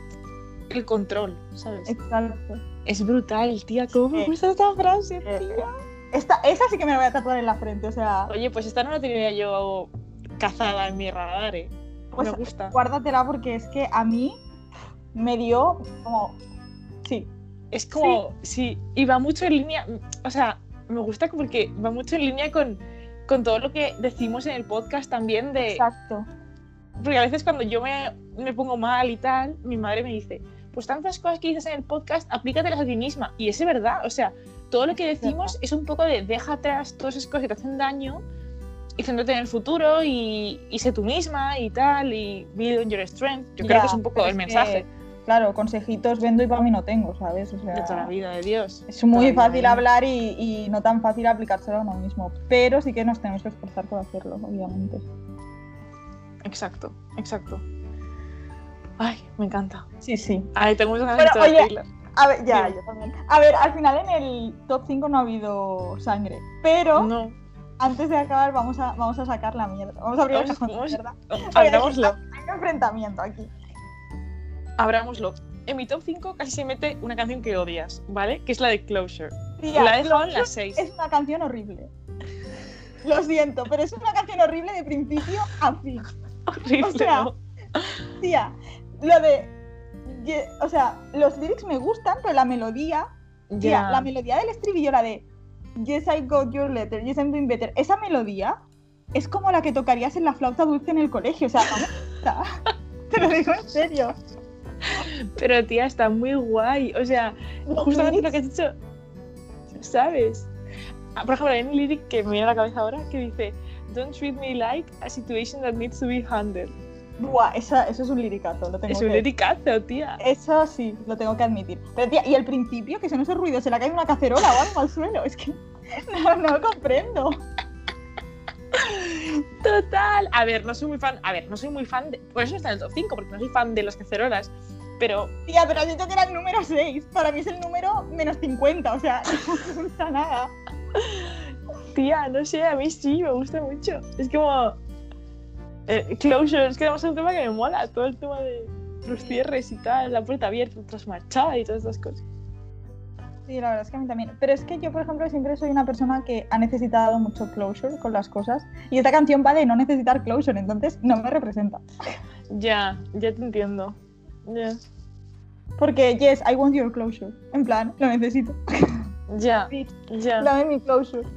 [SPEAKER 1] el control, ¿sabes?
[SPEAKER 2] Exacto.
[SPEAKER 1] Es brutal, tía. ¿Cómo me
[SPEAKER 2] Sí.
[SPEAKER 1] gusta esta frase,
[SPEAKER 2] Eh,
[SPEAKER 1] tía?
[SPEAKER 2] Esta, esa sí que me la voy a tatuar en la frente, o sea,
[SPEAKER 1] Oye, pues esta no la tenía yo cazada en mi radar, eh.
[SPEAKER 2] Pues,
[SPEAKER 1] me gusta.
[SPEAKER 2] guárdatela porque es que a mí me dio como... Sí,
[SPEAKER 1] Es como, sí. y va mucho en línea, o sea, me gusta porque va mucho en línea con, con todo lo que decimos en el podcast también de...
[SPEAKER 2] exacto.
[SPEAKER 1] Porque a veces cuando yo me, me pongo mal y tal, mi madre me dice, pues tantas cosas que dices en el podcast, aplícatelas a ti misma. Y es verdad, o sea, todo lo que decimos es un poco de deja atrás todas esas cosas que te hacen daño y céntrate en el futuro y, y sé tú misma y tal, y build on your strength. Yo creo
[SPEAKER 2] Ya,
[SPEAKER 1] que es un poco
[SPEAKER 2] pero
[SPEAKER 1] el
[SPEAKER 2] es
[SPEAKER 1] mensaje
[SPEAKER 2] que, claro, consejitos vendo y para mí no tengo, ¿sabes? O sea,
[SPEAKER 1] de toda la vida de Dios.
[SPEAKER 2] es muy
[SPEAKER 1] Toda la
[SPEAKER 2] fácil
[SPEAKER 1] vida.
[SPEAKER 2] hablar y, y no tan fácil aplicárselo a uno mismo, pero sí que nos tenemos que esforzar por hacerlo, obviamente.
[SPEAKER 1] Exacto, exacto. Ay, me encanta.
[SPEAKER 2] Sí, sí.
[SPEAKER 1] Ay, tengo muchas
[SPEAKER 2] Bueno,
[SPEAKER 1] ganas de
[SPEAKER 2] oye,
[SPEAKER 1] Taylor.
[SPEAKER 2] A ver, ya,
[SPEAKER 1] Sí.
[SPEAKER 2] yo también. A ver, al final en el top 5 no ha habido sangre, pero
[SPEAKER 1] No,
[SPEAKER 2] antes de acabar vamos a, vamos a sacar la mierda. Vamos a abrir
[SPEAKER 1] Vamos,
[SPEAKER 2] el cajón de
[SPEAKER 1] vamos.
[SPEAKER 2] mierda. A ver,
[SPEAKER 1] abrámoslo.
[SPEAKER 2] Hay un enfrentamiento aquí.
[SPEAKER 1] Abrámoslo. En mi top 5 casi se mete una canción que odias, ¿vale? Que es la de Closure.
[SPEAKER 2] Tía,
[SPEAKER 1] la he dejado en
[SPEAKER 2] Closure
[SPEAKER 1] la 6.
[SPEAKER 2] es una canción horrible. Lo siento, pero es una canción horrible de principio a fin.
[SPEAKER 1] Horrible,
[SPEAKER 2] o sea,
[SPEAKER 1] ¿no?
[SPEAKER 2] Tía, lo de. ye- O sea, los lyrics me gustan, pero la melodía. Tía,
[SPEAKER 1] Ya.
[SPEAKER 2] la melodía del estribillo, la de Yes, I got your letter, yes, I'm doing better. Esa melodía es como la que tocarías en la flauta dulce en el colegio. O sea, vamos. Te lo digo en serio.
[SPEAKER 1] Pero tía, está muy guay. O sea,
[SPEAKER 2] Los
[SPEAKER 1] justamente lo
[SPEAKER 2] lyrics-
[SPEAKER 1] que has dicho, ¿sabes? Ah, Por ejemplo, hay un lyric que me viene a la cabeza ahora que dice Don't treat me like a situation that needs to be handled.
[SPEAKER 2] Buah, esa- eso es un liricazo, lo tengo
[SPEAKER 1] es un
[SPEAKER 2] que-
[SPEAKER 1] lyricazo, tía.
[SPEAKER 2] Eso sí, lo tengo que admitir. Pero tía, y el principio, que son esos ruidos, se le cae una cacerola o algo al suelo. Es que no, no lo comprendo.
[SPEAKER 1] Total. A ver, no soy muy fan. A ver, no soy muy fan de. Por eso no está en el top 5, porque no soy fan de las cacerolas. Pero
[SPEAKER 2] Tía, pero has dicho que era el número 6. Para mí es el número menos 50, o sea, no me gusta nada.
[SPEAKER 1] Tía, no sé, a mí sí, me gusta mucho. Es como. eh, closure, es que además es un tema que me mola, todo el tema de los cierres y tal, la puerta abierta, tras marchada y todas estas cosas.
[SPEAKER 2] Sí, la verdad es que a mí también. Pero es que yo, por ejemplo, siempre soy una persona que ha necesitado mucho closure con las cosas. Y esta canción va de no necesitar closure, entonces no me representa.
[SPEAKER 1] Ya, ya te entiendo. Ya,
[SPEAKER 2] Porque, yes, I want your closure. En plan, lo necesito.
[SPEAKER 1] ya,
[SPEAKER 2] Bitch,
[SPEAKER 1] ya.
[SPEAKER 2] Dame mi closure.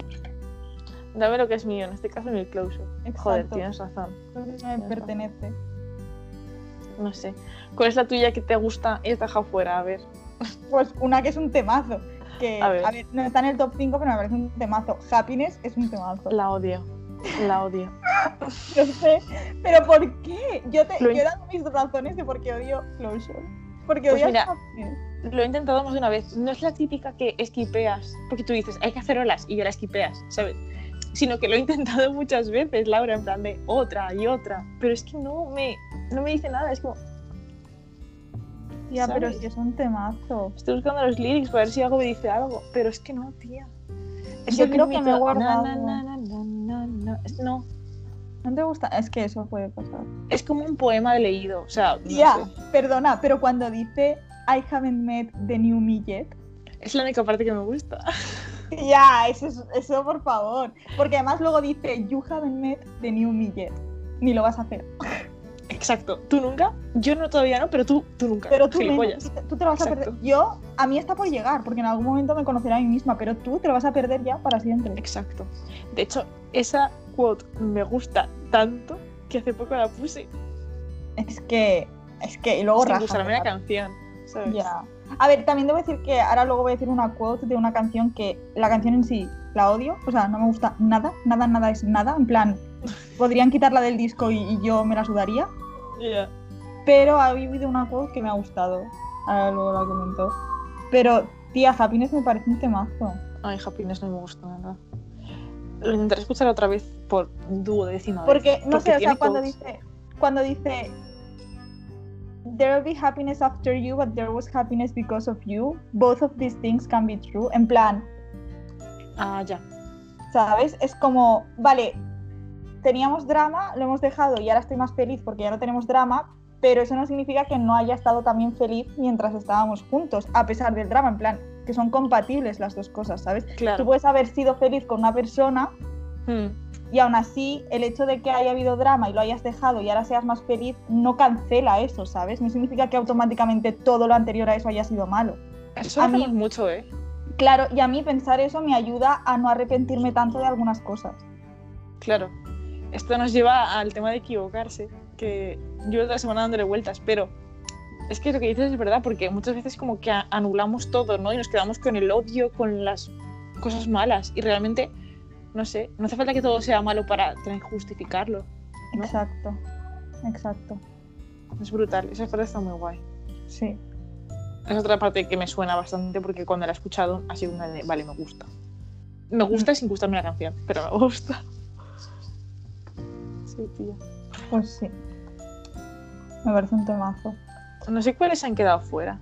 [SPEAKER 1] Dame lo que es mío, en este caso mi closure. Joder,
[SPEAKER 2] Exacto.
[SPEAKER 1] tienes razón.
[SPEAKER 2] Entonces no me pertenece.
[SPEAKER 1] No sé. ¿Cuál es la tuya que te gusta y te deja fuera? A ver.
[SPEAKER 2] Pues una que es un temazo. Que,
[SPEAKER 1] A
[SPEAKER 2] a
[SPEAKER 1] ver.
[SPEAKER 2] ver. no está en el top 5, pero me parece un temazo. Happiness es un temazo.
[SPEAKER 1] La odio.
[SPEAKER 3] La odio.
[SPEAKER 2] No sé. ¿Pero por qué? Yo te
[SPEAKER 3] Lo
[SPEAKER 2] yo he dado mis razones de por qué odio Closure. Porque
[SPEAKER 1] Pues
[SPEAKER 2] odio
[SPEAKER 1] mira.
[SPEAKER 2] a Jasmine.
[SPEAKER 1] Lo he intentado más de una vez. No es la típica que esquipeas, porque tú dices, hay que hacer olas y ya la esquipeas, ¿sabes? Sino que lo he intentado muchas veces, Laura, en plan de otra y otra. Pero es que no me, no me dice nada, es como,
[SPEAKER 2] Tía, pero
[SPEAKER 1] ¿Sabes?
[SPEAKER 2] es que es un temazo.
[SPEAKER 1] estoy buscando los lyrics para ver si algo me dice algo. Pero es que no, tía. Es
[SPEAKER 2] Yo
[SPEAKER 1] el
[SPEAKER 2] creo que me he
[SPEAKER 1] ritmito,
[SPEAKER 2] guardado.
[SPEAKER 1] na, na, na, na, na, na. Es- No,
[SPEAKER 2] ¿No te gusta? Es que eso puede pasar.
[SPEAKER 1] es como un poema leído, o sea, no
[SPEAKER 2] Tía,
[SPEAKER 1] sé.
[SPEAKER 2] perdona, pero cuando dice I haven't met the new me yet.
[SPEAKER 1] es la única parte que me gusta.
[SPEAKER 2] Ya, eso, es- eso por favor. Porque además luego dice You haven't met the new me yet. Ni lo vas a hacer.
[SPEAKER 1] Exacto. ¿Tú nunca? Yo no todavía no, pero tú, tú nunca.
[SPEAKER 2] Pero tú,
[SPEAKER 1] Gilipollas.
[SPEAKER 2] menos, tú te lo vas a
[SPEAKER 1] Exacto.
[SPEAKER 2] perder. Yo, a mí está por llegar, porque en algún momento me conoceré a mí misma, pero tú te lo vas a perder ya para siempre.
[SPEAKER 1] Exacto. De hecho, esa quote me gusta tanto que hace poco la puse.
[SPEAKER 2] Es que, es que, y luego
[SPEAKER 1] sin
[SPEAKER 2] raja,
[SPEAKER 1] usarme la
[SPEAKER 2] raja.
[SPEAKER 1] canción, ¿sabes?
[SPEAKER 2] Ya. A ver, también debo decir que ahora luego voy a decir una quote de una canción que la canción en sí la odio, o sea, no me gusta nada, nada, nada es nada, en plan, podrían quitarla del disco y, y yo me la sudaría,
[SPEAKER 1] Ya.
[SPEAKER 2] pero ha habido una quote que me ha gustado, ahora luego la comento. Pero, tía, Happiness me parece un temazo.
[SPEAKER 1] Ay, Happiness no me gusta nada. Lo intentaré escuchar otra vez por duodécima vez.
[SPEAKER 2] Porque,
[SPEAKER 1] Porque
[SPEAKER 2] no sé, o sea,
[SPEAKER 1] tiene
[SPEAKER 2] cuando
[SPEAKER 1] quotes.
[SPEAKER 2] dice, cuando dice, There'll be happiness after you, but there was happiness because of you, both of these things can be true, en plan...
[SPEAKER 1] Ah, ya.
[SPEAKER 2] ¿Sabes? Es como, vale, teníamos drama, lo hemos dejado y ahora estoy más feliz porque ya no tenemos drama, pero eso no significa que no haya estado también feliz mientras estábamos juntos, a pesar del drama, en plan, que son compatibles las dos cosas, ¿sabes? Tú
[SPEAKER 1] Claro.
[SPEAKER 2] puedes haber sido feliz con una persona
[SPEAKER 1] Hmm,
[SPEAKER 2] y aún así el hecho de que haya habido drama y lo hayas dejado y ahora seas más feliz no cancela eso, ¿sabes? No significa que automáticamente todo lo anterior a eso haya sido malo.
[SPEAKER 1] Eso
[SPEAKER 2] A
[SPEAKER 1] a
[SPEAKER 2] mí-
[SPEAKER 1] mí mucho, ¿eh?
[SPEAKER 2] Claro, y a mí pensar eso me ayuda a no arrepentirme tanto de algunas cosas.
[SPEAKER 1] Claro. Esto nos lleva al tema de equivocarse, que yo otra semana dándole vueltas, pero es que lo que dices es verdad, porque muchas veces como que a- anulamos todo, ¿no? Y nos quedamos con el odio, con las cosas malas, y realmente, no sé, no hace falta que todo sea malo para tener que justificarlo. ¿no?
[SPEAKER 2] Exacto, exacto.
[SPEAKER 1] Es brutal, esa frase está muy guay.
[SPEAKER 2] Sí,
[SPEAKER 1] Es otra parte que me suena bastante porque cuando la he escuchado ha sido una de, vale, me gusta. Me gusta sin gustarme la canción, pero me gusta. Sí, tío.
[SPEAKER 2] pues sí. Me parece un temazo.
[SPEAKER 1] No sé cuáles se han quedado fuera.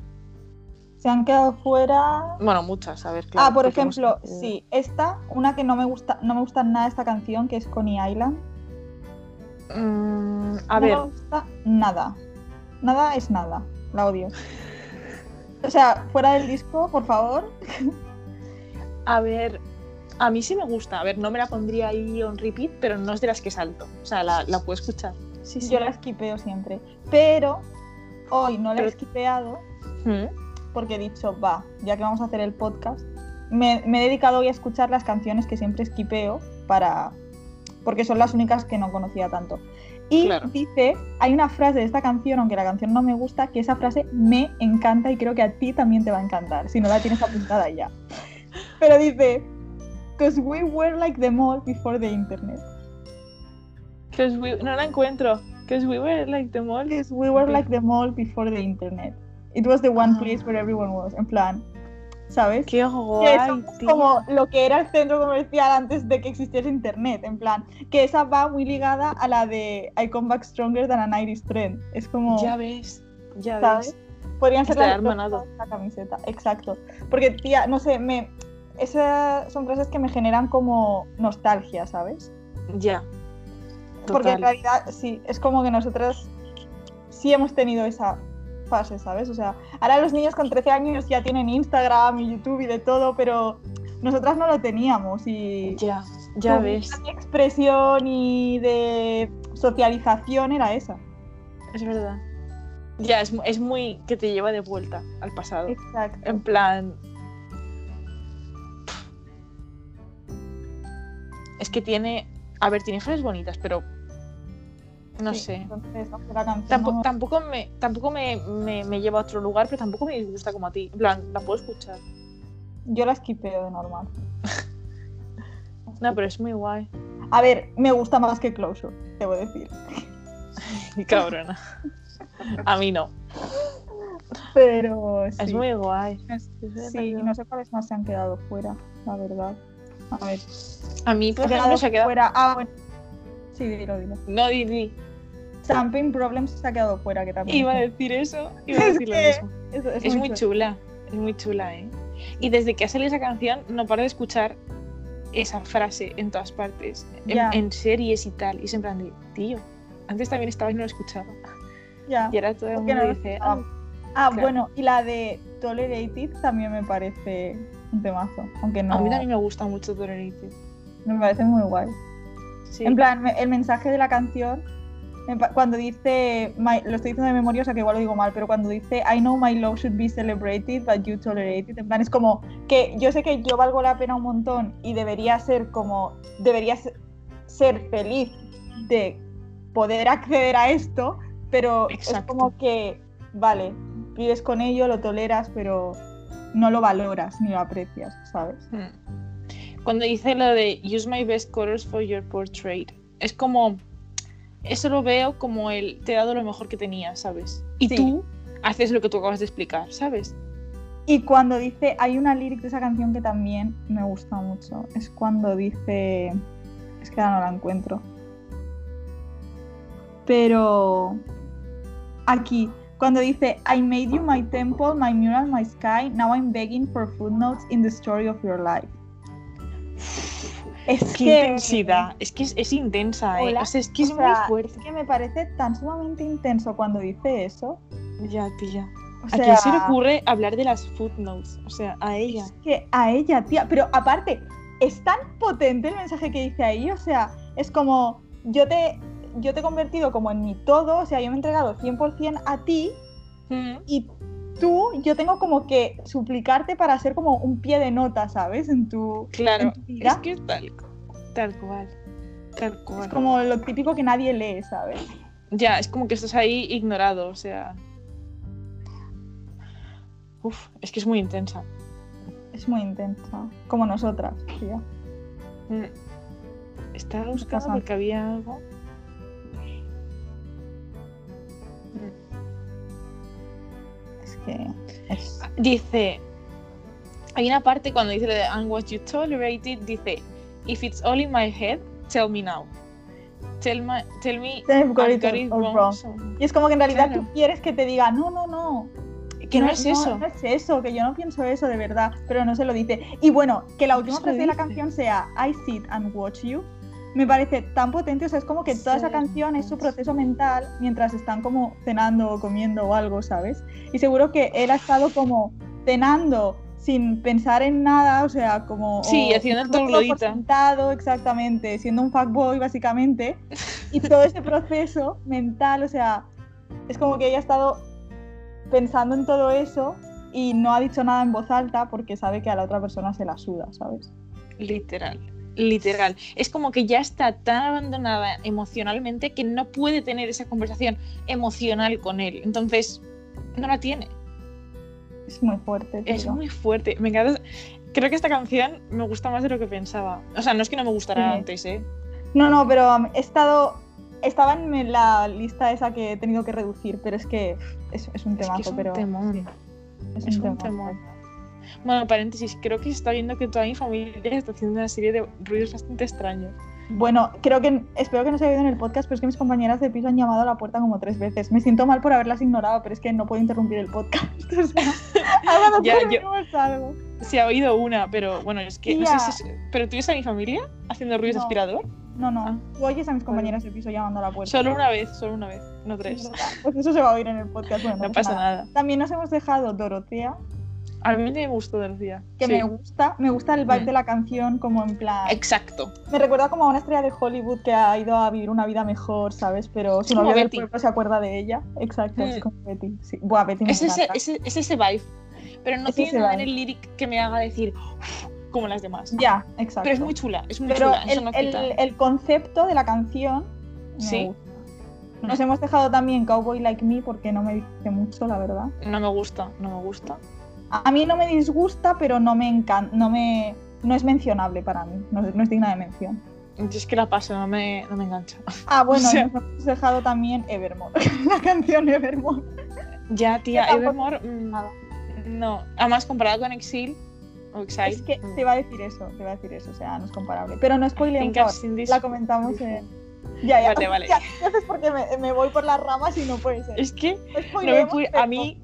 [SPEAKER 2] Se han quedado fuera.
[SPEAKER 1] Bueno, muchas, a ver,
[SPEAKER 2] ah, por
[SPEAKER 1] porque hemos-
[SPEAKER 2] ejemplo, sí, esta, una que no me gusta, no me gusta nada esta canción, que es Coney Island.
[SPEAKER 1] Mm, a
[SPEAKER 2] no
[SPEAKER 1] ver,
[SPEAKER 2] me gusta nada. Nada es nada. La odio. O sea, fuera del disco, por favor.
[SPEAKER 1] a ver, a mí sí me gusta. A ver, no me la pondría ahí on repeat, pero no es de las que salto. O sea, la, la puedo escuchar. Sí,
[SPEAKER 2] Yo la esquipeo siempre. Pero hoy no la he
[SPEAKER 1] Pero-
[SPEAKER 2] esquipeado Hmm. porque he dicho, va, ya que vamos a hacer el podcast, me, me he dedicado hoy a escuchar las canciones que siempre esquipeo para. porque son las únicas que no conocía tanto. Y
[SPEAKER 1] Claro.
[SPEAKER 2] dice, hay una frase de esta canción, aunque la canción no me gusta, que esa frase me encanta y creo que a ti también te va a encantar, si no la tienes apuntada ya. Pero dice, Cause we were like them all before the internet.
[SPEAKER 1] Cause we- no la encuentro. Cause we were like the mall.
[SPEAKER 2] Cause we were like them all before the internet. It was the one
[SPEAKER 1] Ah.
[SPEAKER 2] place where everyone was. En plan, ¿sabes?
[SPEAKER 1] Qué
[SPEAKER 2] que
[SPEAKER 1] guay,
[SPEAKER 2] somos
[SPEAKER 1] tío.
[SPEAKER 2] como lo que era el centro comercial antes de que existiese internet, en plan, que esa va muy ligada a la de I come back stronger than an Irish trend. Es como
[SPEAKER 1] Ya ves, ya
[SPEAKER 2] ¿Sabes?
[SPEAKER 1] ves.
[SPEAKER 2] podrían ser
[SPEAKER 1] está
[SPEAKER 2] las dos
[SPEAKER 1] hermanado.
[SPEAKER 2] cosas de la camiseta, exacto. Porque tía, no sé, me esas son cosas que me generan como nostalgia, ¿sabes?
[SPEAKER 1] Ya.
[SPEAKER 2] Porque en
[SPEAKER 1] Total.
[SPEAKER 2] realidad sí, es como que nosotras sí hemos tenido esa fase, ¿sabes? O sea, ahora los niños con 13 años ya tienen Instagram y YouTube y de todo, pero nosotras no lo teníamos y
[SPEAKER 1] Ya, ya
[SPEAKER 2] tu
[SPEAKER 1] ves.
[SPEAKER 2] única expresión y de socialización era esa.
[SPEAKER 1] Es verdad. Ya, es, mu- es muy que te lleva de vuelta al pasado.
[SPEAKER 2] Exacto.
[SPEAKER 1] En plan. Es que tiene. A ver, tiene frases bonitas, pero. No sé.
[SPEAKER 2] Entonces, no sé, la canción
[SPEAKER 1] Tampo-
[SPEAKER 2] no-
[SPEAKER 1] tampoco me, tampoco me, me- me lleva a otro lugar, pero tampoco me disgusta como a ti. En plan, la puedo escuchar.
[SPEAKER 2] yo la esquipeo de normal.
[SPEAKER 1] No, pero es muy guay.
[SPEAKER 2] A ver, me gusta más que Closure, debo decir.
[SPEAKER 1] Cabrona. A mí no.
[SPEAKER 2] Pero sí.
[SPEAKER 1] Es muy guay.
[SPEAKER 2] Sí, no sé cuáles más se han quedado fuera, la verdad. A ver.
[SPEAKER 1] A mí, por
[SPEAKER 2] se
[SPEAKER 1] ejemplo, se ha quedado.
[SPEAKER 2] fuera. Ah, bueno. Sí, dilo, dilo.
[SPEAKER 1] No, di, di.
[SPEAKER 2] Stamping Problems se ha quedado fuera, que también.
[SPEAKER 1] Iba a decir eso. Iba a
[SPEAKER 2] Es
[SPEAKER 1] decir lo
[SPEAKER 2] que-
[SPEAKER 1] mismo.
[SPEAKER 2] Eso
[SPEAKER 1] Es muy chula, es muy chula, ¿eh? Y desde que ha salido esa canción, no paro de escuchar esa frase en todas partes, en,
[SPEAKER 2] Ya.
[SPEAKER 1] en series y tal. Y es en plan de, tío, antes también estaba y no lo escuchaba.
[SPEAKER 2] Ya.
[SPEAKER 1] Y ahora todo el
[SPEAKER 2] Ah, Porque
[SPEAKER 1] mundo
[SPEAKER 2] no lo
[SPEAKER 1] dice,
[SPEAKER 2] escuchaba.
[SPEAKER 1] "Ah,
[SPEAKER 2] Ah,
[SPEAKER 1] claro.
[SPEAKER 2] bueno, y la de Tolerated también me parece un temazo, aunque no
[SPEAKER 1] a mí también me gusta mucho Tolerated.
[SPEAKER 2] me parece muy guay.
[SPEAKER 1] Sí.
[SPEAKER 2] En plan, me- el mensaje de la canción, me pa- cuando dice, my- lo estoy diciendo de memoria, o sea que igual lo digo mal, pero cuando dice, I know my love should be celebrated, but you tolerated, en plan, es como que yo sé que yo valgo la pena un montón y debería ser como, debería se- ser feliz de poder acceder a esto, pero es
[SPEAKER 1] Exacto.
[SPEAKER 2] como que, vale, vives con ello, lo toleras, pero no lo valoras ni lo aprecias, ¿sabes?
[SPEAKER 1] Hmm. Cuando dice lo de use my best colors for your portrait, es como. Eso lo veo como el te he dado lo mejor que tenía, ¿sabes? Y
[SPEAKER 2] Sí.
[SPEAKER 1] tú haces lo que tú acabas de explicar, ¿sabes?
[SPEAKER 2] Y cuando dice, hay una lyric de esa canción que también me gusta mucho. Es cuando dice, es que ahora no la encuentro. Pero aquí, cuando dice, I made you my temple, my mural, my sky. Now I'm begging for footnotes in the story of your life. Es
[SPEAKER 1] Qué
[SPEAKER 2] que-
[SPEAKER 1] intensidad. Es que es, es intensa, ¿eh?
[SPEAKER 2] Hola.
[SPEAKER 1] O sea, es que es
[SPEAKER 2] O sea,
[SPEAKER 1] muy fuerte.
[SPEAKER 2] Es que me parece tan sumamente intenso cuando dice eso.
[SPEAKER 1] Ya, tía.
[SPEAKER 2] O
[SPEAKER 1] ¿A quién se le
[SPEAKER 2] sea,
[SPEAKER 1] ocurre hablar de las footnotes? O sea, a ella.
[SPEAKER 2] Es que a ella, tía. Pero aparte, es tan potente el mensaje que dice ahí. O sea, es como, yo te, yo te he convertido como en mi todo. O sea, yo me he entregado 100% a ti. Y tú, yo tengo como que suplicarte para ser como un pie de nota, ¿sabes? En tu,
[SPEAKER 1] Claro.
[SPEAKER 2] en tu
[SPEAKER 1] Es
[SPEAKER 2] vida.
[SPEAKER 1] que es tal, tal cual. Tal cual.
[SPEAKER 2] Es como lo típico que nadie lee, ¿sabes?
[SPEAKER 1] Ya, es como que estás ahí ignorado, o sea. Uf, es que es muy intensa.
[SPEAKER 2] Es muy intensa. Como nosotras, tía.
[SPEAKER 1] Mm. Estaba buscando
[SPEAKER 2] Interesante.
[SPEAKER 1] porque había algo.
[SPEAKER 2] Es que. es-
[SPEAKER 1] Dice. Hay una parte cuando dice lo de And what you tolerated, dice If it's all in my head, tell me now. Tell, my, tell me
[SPEAKER 2] I've got
[SPEAKER 1] I've
[SPEAKER 2] it
[SPEAKER 1] got it
[SPEAKER 2] all
[SPEAKER 1] wrong
[SPEAKER 2] wrong.
[SPEAKER 1] somewhere".
[SPEAKER 2] Y es como que en realidad
[SPEAKER 1] Claro.
[SPEAKER 2] tú quieres que te diga, no, no, no,
[SPEAKER 1] Que no, es eso.
[SPEAKER 2] No es eso, que yo no pienso eso de verdad, pero no se lo dice. Y bueno, que la última
[SPEAKER 1] se lo
[SPEAKER 2] frase de la
[SPEAKER 1] dice.
[SPEAKER 2] canción sea I sit and watch you, me parece tan potente, o sea, es como que toda esa
[SPEAKER 1] Sí.
[SPEAKER 2] canción es su proceso mental mientras están como cenando o comiendo o algo, ¿sabes? Y seguro que él ha estado como cenando sin pensar en nada, o sea, como...
[SPEAKER 1] Sí,
[SPEAKER 2] o-
[SPEAKER 1] haciendo el
[SPEAKER 2] dando todo por
[SPEAKER 1] troglodita.
[SPEAKER 2] sentado, exactamente, siendo un fuckboy básicamente. Y todo ese proceso mental, o sea, es como que ella ha estado pensando en todo eso y no ha dicho nada en voz alta porque sabe que a la otra persona se la suda, ¿sabes?
[SPEAKER 1] Literal, literal. Es como que ya está tan abandonada emocionalmente que no puede tener esa conversación emocional con él. Entonces, no la tiene.
[SPEAKER 2] Es muy fuerte.
[SPEAKER 1] Es
[SPEAKER 2] tío.
[SPEAKER 1] muy fuerte. Me encanta. Creo que esta canción me gusta más de lo que pensaba. O sea, no es que no me gustara
[SPEAKER 2] Sí.
[SPEAKER 1] antes, ¿eh?
[SPEAKER 2] No, no, pero um, he estado... Estaba en la lista esa que he tenido que reducir, pero es que es, es un
[SPEAKER 1] Es
[SPEAKER 2] temazo,
[SPEAKER 1] que es un
[SPEAKER 2] pero...
[SPEAKER 1] temón.
[SPEAKER 2] sí, es,
[SPEAKER 1] Es
[SPEAKER 2] un,
[SPEAKER 1] un
[SPEAKER 2] temón.
[SPEAKER 1] Bueno, paréntesis, creo que se está viendo que toda mi familia está haciendo una serie de ruidos bastante extraños.
[SPEAKER 2] Bueno, creo que espero que no se haya oído en el podcast, pero es que mis compañeras de piso han llamado a la puerta como tres veces. Me siento mal por haberlas ignorado, pero es que no puedo interrumpir el podcast. O sea, ahora no
[SPEAKER 1] Ya, yo-
[SPEAKER 2] tenemos algo.
[SPEAKER 1] Se ha oído una, pero bueno, es que... no sé
[SPEAKER 2] Tía.
[SPEAKER 1] si es- ¿Pero tú ves a mi familia haciendo ruidos de
[SPEAKER 2] No.
[SPEAKER 1] aspirador?
[SPEAKER 2] No, no.
[SPEAKER 1] Ah.
[SPEAKER 2] Tú oyes a mis compañeras de piso llamando a la puerta.
[SPEAKER 1] Solo una vez, solo una vez, no tres.
[SPEAKER 2] Mierda, Pues eso se va a oír en el podcast. Bueno,
[SPEAKER 1] No pasa nada.
[SPEAKER 2] También nos hemos dejado Dorotea,
[SPEAKER 1] A mí me gustó Dorotea.
[SPEAKER 2] que
[SPEAKER 1] Sí.
[SPEAKER 2] me gusta. Me gusta el vibe
[SPEAKER 1] Mm.
[SPEAKER 2] de la canción, como en plan.
[SPEAKER 1] Exacto.
[SPEAKER 2] Me recuerda como a una estrella de Hollywood que ha ido a vivir una vida mejor, ¿sabes? Pero si no
[SPEAKER 1] como
[SPEAKER 2] del
[SPEAKER 1] Betty.
[SPEAKER 2] pueblo se acuerda de ella. Exacto, es
[SPEAKER 1] Mm.
[SPEAKER 2] como Betty. Sí. Buah, Betty me
[SPEAKER 1] Es ese,
[SPEAKER 2] encanta.
[SPEAKER 1] ese- es ese vibe. Pero no
[SPEAKER 2] Es
[SPEAKER 1] tiene
[SPEAKER 2] ese
[SPEAKER 1] nada en
[SPEAKER 2] vibe.
[SPEAKER 1] el lyric que me haga decir "Uf", como las demás.
[SPEAKER 2] Ya, exacto.
[SPEAKER 1] Pero es muy chula, es muy
[SPEAKER 2] Pero
[SPEAKER 1] chula. eso
[SPEAKER 2] el,
[SPEAKER 1] no
[SPEAKER 2] el-
[SPEAKER 1] quita.
[SPEAKER 2] el concepto de la canción. me
[SPEAKER 1] Sí.
[SPEAKER 2] gusta. Nos hemos dejado también Cowboy Like Me porque no me dice mucho, la verdad.
[SPEAKER 1] No me gusta, no me gusta.
[SPEAKER 2] A mí no me disgusta, pero no me encanta, no me no es mencionable para mí, no, no es digna de mención.
[SPEAKER 1] Yo es que la paso, no me, no me engancha.
[SPEAKER 2] Ah, bueno,
[SPEAKER 1] O sea-
[SPEAKER 2] nos hemos dejado también Evermore. la canción Evermore.
[SPEAKER 1] Ya, tía,
[SPEAKER 2] Yo tampoco
[SPEAKER 1] Evermore. mm,
[SPEAKER 2] nada.
[SPEAKER 1] No, además comparado con Exil o Exile.
[SPEAKER 2] Es que
[SPEAKER 1] mm,
[SPEAKER 2] te va a decir eso, te va a decir eso, o sea, no es comparable. Pero no
[SPEAKER 1] think
[SPEAKER 2] spoilemos,
[SPEAKER 1] I've
[SPEAKER 2] ahora,
[SPEAKER 1] seen this
[SPEAKER 2] la comentamos
[SPEAKER 1] before.
[SPEAKER 2] en... Ya, ya,
[SPEAKER 1] Vale, vale.
[SPEAKER 2] ya, entonces porque me, me voy por las ramas y no puede ser.
[SPEAKER 1] Es que no me
[SPEAKER 2] Spoilemos,
[SPEAKER 1] pude. A
[SPEAKER 2] pero
[SPEAKER 1] mí.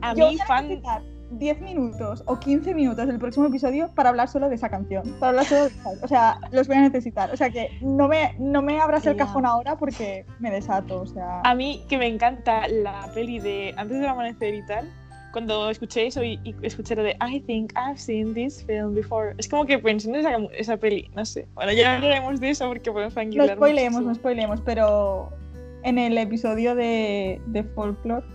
[SPEAKER 1] A
[SPEAKER 2] yo
[SPEAKER 1] mí,
[SPEAKER 2] voy a
[SPEAKER 1] fan.
[SPEAKER 2] necesitar 10 minutos o 15 minutos del próximo episodio para hablar solo de esa canción, para hablar solo de Exile. O sea, los voy a necesitar. O sea que no me, no me abras el
[SPEAKER 1] Ya.
[SPEAKER 2] cajón ahora porque me desato, o sea...
[SPEAKER 1] A mí que me encanta la peli de Antes del amanecer y tal, cuando escuché eso y, y escuché lo de I think I've seen this film before. Es como que pensé en esa, esa peli, no sé. Bueno, ya hablaremos de eso porque podemos
[SPEAKER 2] No
[SPEAKER 1] fanguilar.
[SPEAKER 2] spoilemos, no
[SPEAKER 1] muchísimo.
[SPEAKER 2] spoilemos, pero en el episodio de, de Folklore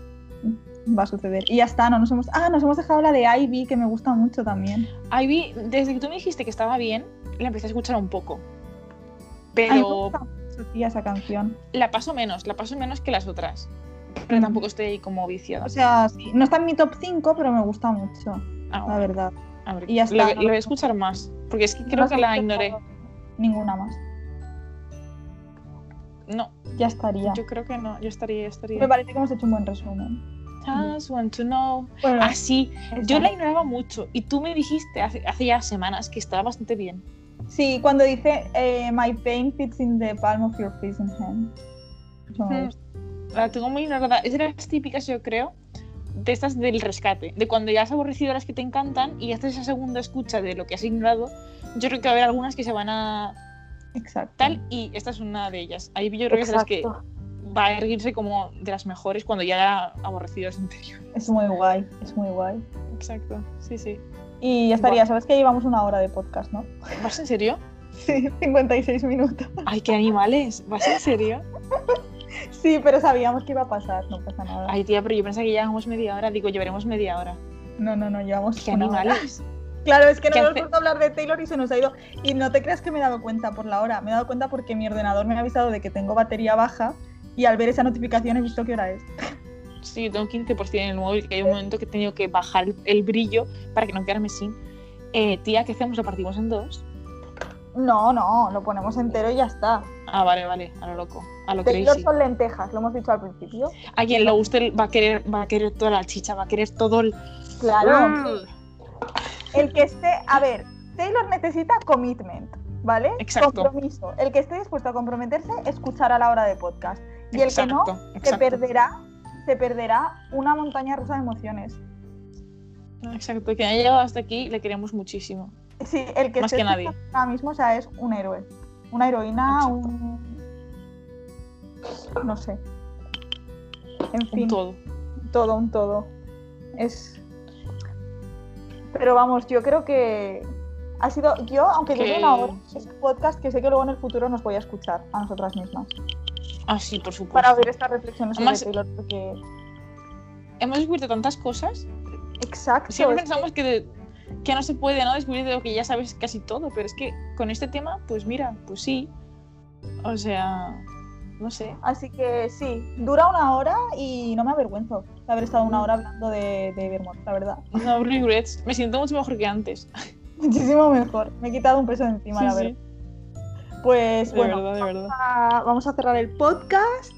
[SPEAKER 2] va a suceder. Y ya está, no nos hemos. Ah, nos hemos dejado la de Ivy, que me gusta mucho también.
[SPEAKER 1] Ivy, desde que tú me dijiste que estaba bien, la empecé a escuchar un poco.
[SPEAKER 2] A mí me
[SPEAKER 1] Pero
[SPEAKER 2] gusta mucho, tía, esa canción.
[SPEAKER 1] la paso menos, la paso menos que las otras. Pero tampoco estoy ahí como viciada.
[SPEAKER 2] O sea, sí, no está en mi top 5, pero me gusta mucho,
[SPEAKER 1] Ah,
[SPEAKER 2] la
[SPEAKER 1] bueno,
[SPEAKER 2] verdad.
[SPEAKER 1] a ver,
[SPEAKER 2] y ya
[SPEAKER 1] La,
[SPEAKER 2] está.
[SPEAKER 1] la voy a escuchar más, porque es que
[SPEAKER 2] No
[SPEAKER 1] creo
[SPEAKER 2] has
[SPEAKER 1] que la
[SPEAKER 2] escuchado
[SPEAKER 1] ignoré.
[SPEAKER 2] Ninguna más.
[SPEAKER 1] No,
[SPEAKER 2] Ya estaría.
[SPEAKER 1] yo creo que no, yo estaría, yo estaría.
[SPEAKER 2] Me parece que hemos hecho un buen resumen.
[SPEAKER 1] Just want to know.
[SPEAKER 2] Bueno,
[SPEAKER 1] Ah, sí, yo
[SPEAKER 2] esa.
[SPEAKER 1] la ignoraba mucho y tú me dijiste hace, hace ya semanas que estaba bastante bien.
[SPEAKER 2] Sí, cuando dice eh, My pain fits in the palm of your freezing hand. Eso me
[SPEAKER 1] Mm.
[SPEAKER 2] gusta.
[SPEAKER 1] La tengo muy ignorada. Es de las típicas, yo creo, de estas del rescate. De cuando ya has aborrecido las que te encantan y haces esa segunda escucha de lo que has ignorado, yo creo que va a haber algunas que se van a
[SPEAKER 2] Exacto.
[SPEAKER 1] tal y esta es una de ellas. Ahí yo creo que es de las que
[SPEAKER 2] Exacto.
[SPEAKER 1] va a erguirse como de las mejores cuando ya ha aborrecido las anteriores.
[SPEAKER 2] Es muy guay, es muy guay.
[SPEAKER 1] Exacto, sí, sí.
[SPEAKER 2] Y ya estaría, sabes que llevamos una hora de podcast, ¿no?
[SPEAKER 1] ¿Vas en serio?
[SPEAKER 2] Sí, 56 minutos.
[SPEAKER 1] Ay, qué animales. ¿Vas en serio?
[SPEAKER 2] Sí, pero sabíamos que iba a pasar, no pasa nada.
[SPEAKER 1] Ay, tía, pero yo pensaba que llevábamos media hora. Digo, llevaremos media hora.
[SPEAKER 2] No, no, no, llevamos
[SPEAKER 1] Qué
[SPEAKER 2] una hora.
[SPEAKER 1] animales.
[SPEAKER 2] Claro, es que no
[SPEAKER 1] ¿Qué
[SPEAKER 2] nos
[SPEAKER 1] hace-
[SPEAKER 2] gusta hablar de Taylor y se nos ha ido. Y no te creas que me he dado cuenta por la hora, me he dado cuenta porque mi ordenador me ha avisado de que tengo batería baja y al ver esa notificación he visto qué hora es.
[SPEAKER 1] Sí, yo tengo 15% en el móvil, que hay un momento que he tenido que bajar el brillo para que no quedarme sin. Eh, tía, ¿qué hacemos? ¿Lo partimos en dos?
[SPEAKER 2] No, no, lo ponemos entero y ya está.
[SPEAKER 1] Ah, vale, vale, a lo loco, a lo
[SPEAKER 2] Taylor
[SPEAKER 1] crazy.
[SPEAKER 2] son lentejas, lo hemos dicho al principio.
[SPEAKER 1] A quien le guste el- va a querer, va a querer toda la chicha, va a querer todo el...
[SPEAKER 2] Claro.
[SPEAKER 1] Mm.
[SPEAKER 2] El que esté, a ver, Taylor necesita commitment, ¿vale?
[SPEAKER 1] Exacto.
[SPEAKER 2] Compromiso. El que esté dispuesto a comprometerse escuchará la hora de podcast. Y el que no,
[SPEAKER 1] Exacto,
[SPEAKER 2] se
[SPEAKER 1] exacto.
[SPEAKER 2] perderá, se perderá una montaña rusa de emociones.
[SPEAKER 1] Exacto, quien ha llegado hasta aquí le queremos muchísimo.
[SPEAKER 2] Sí, el que
[SPEAKER 1] Más
[SPEAKER 2] esté
[SPEAKER 1] que nadie.
[SPEAKER 2] escuchando ahora mismo, o sea, es un héroe. Una heroína,
[SPEAKER 1] Exacto.
[SPEAKER 2] Ah, un. No sé. En
[SPEAKER 1] Un
[SPEAKER 2] fin,
[SPEAKER 1] todo.
[SPEAKER 2] todo, un todo. Es. Pero vamos, yo creo que. Ha sido. Yo, aunque
[SPEAKER 1] Que-
[SPEAKER 2] lleve una hora, es un podcast que sé que luego en el futuro nos voy a escuchar a nosotras mismas.
[SPEAKER 1] Ah, sí, por supuesto.
[SPEAKER 2] Para ver estas reflexiones sobre
[SPEAKER 1] Además-
[SPEAKER 2] Taylor, porque.
[SPEAKER 1] Hemos descubierto tantas cosas.
[SPEAKER 2] Exacto.
[SPEAKER 1] Siempre
[SPEAKER 2] es-
[SPEAKER 1] pensamos que, de- que no se puede ¿no? descubrir de lo que ya sabes casi todo, pero es que con este tema, pues mira, pues sí. O sea, no sé.
[SPEAKER 2] Así que sí, dura una hora y no me avergüenzo de haber estado
[SPEAKER 1] Mm.
[SPEAKER 2] una hora hablando de, de Evermore, la verdad.
[SPEAKER 1] No regrets. Me siento mucho mejor que antes.
[SPEAKER 2] Muchísimo mejor. Me he quitado un peso de encima, la
[SPEAKER 1] Sí,
[SPEAKER 2] verdad.
[SPEAKER 1] sí,
[SPEAKER 2] Pues
[SPEAKER 1] de
[SPEAKER 2] bueno,
[SPEAKER 1] verdad, de verdad.
[SPEAKER 2] ah, vamos a cerrar el podcast.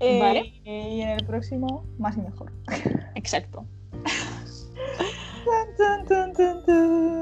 [SPEAKER 2] eh,
[SPEAKER 1] Vale.
[SPEAKER 2] Y en el próximo, más y mejor.
[SPEAKER 1] Exacto.
[SPEAKER 2] Tun, tun, tun, tun.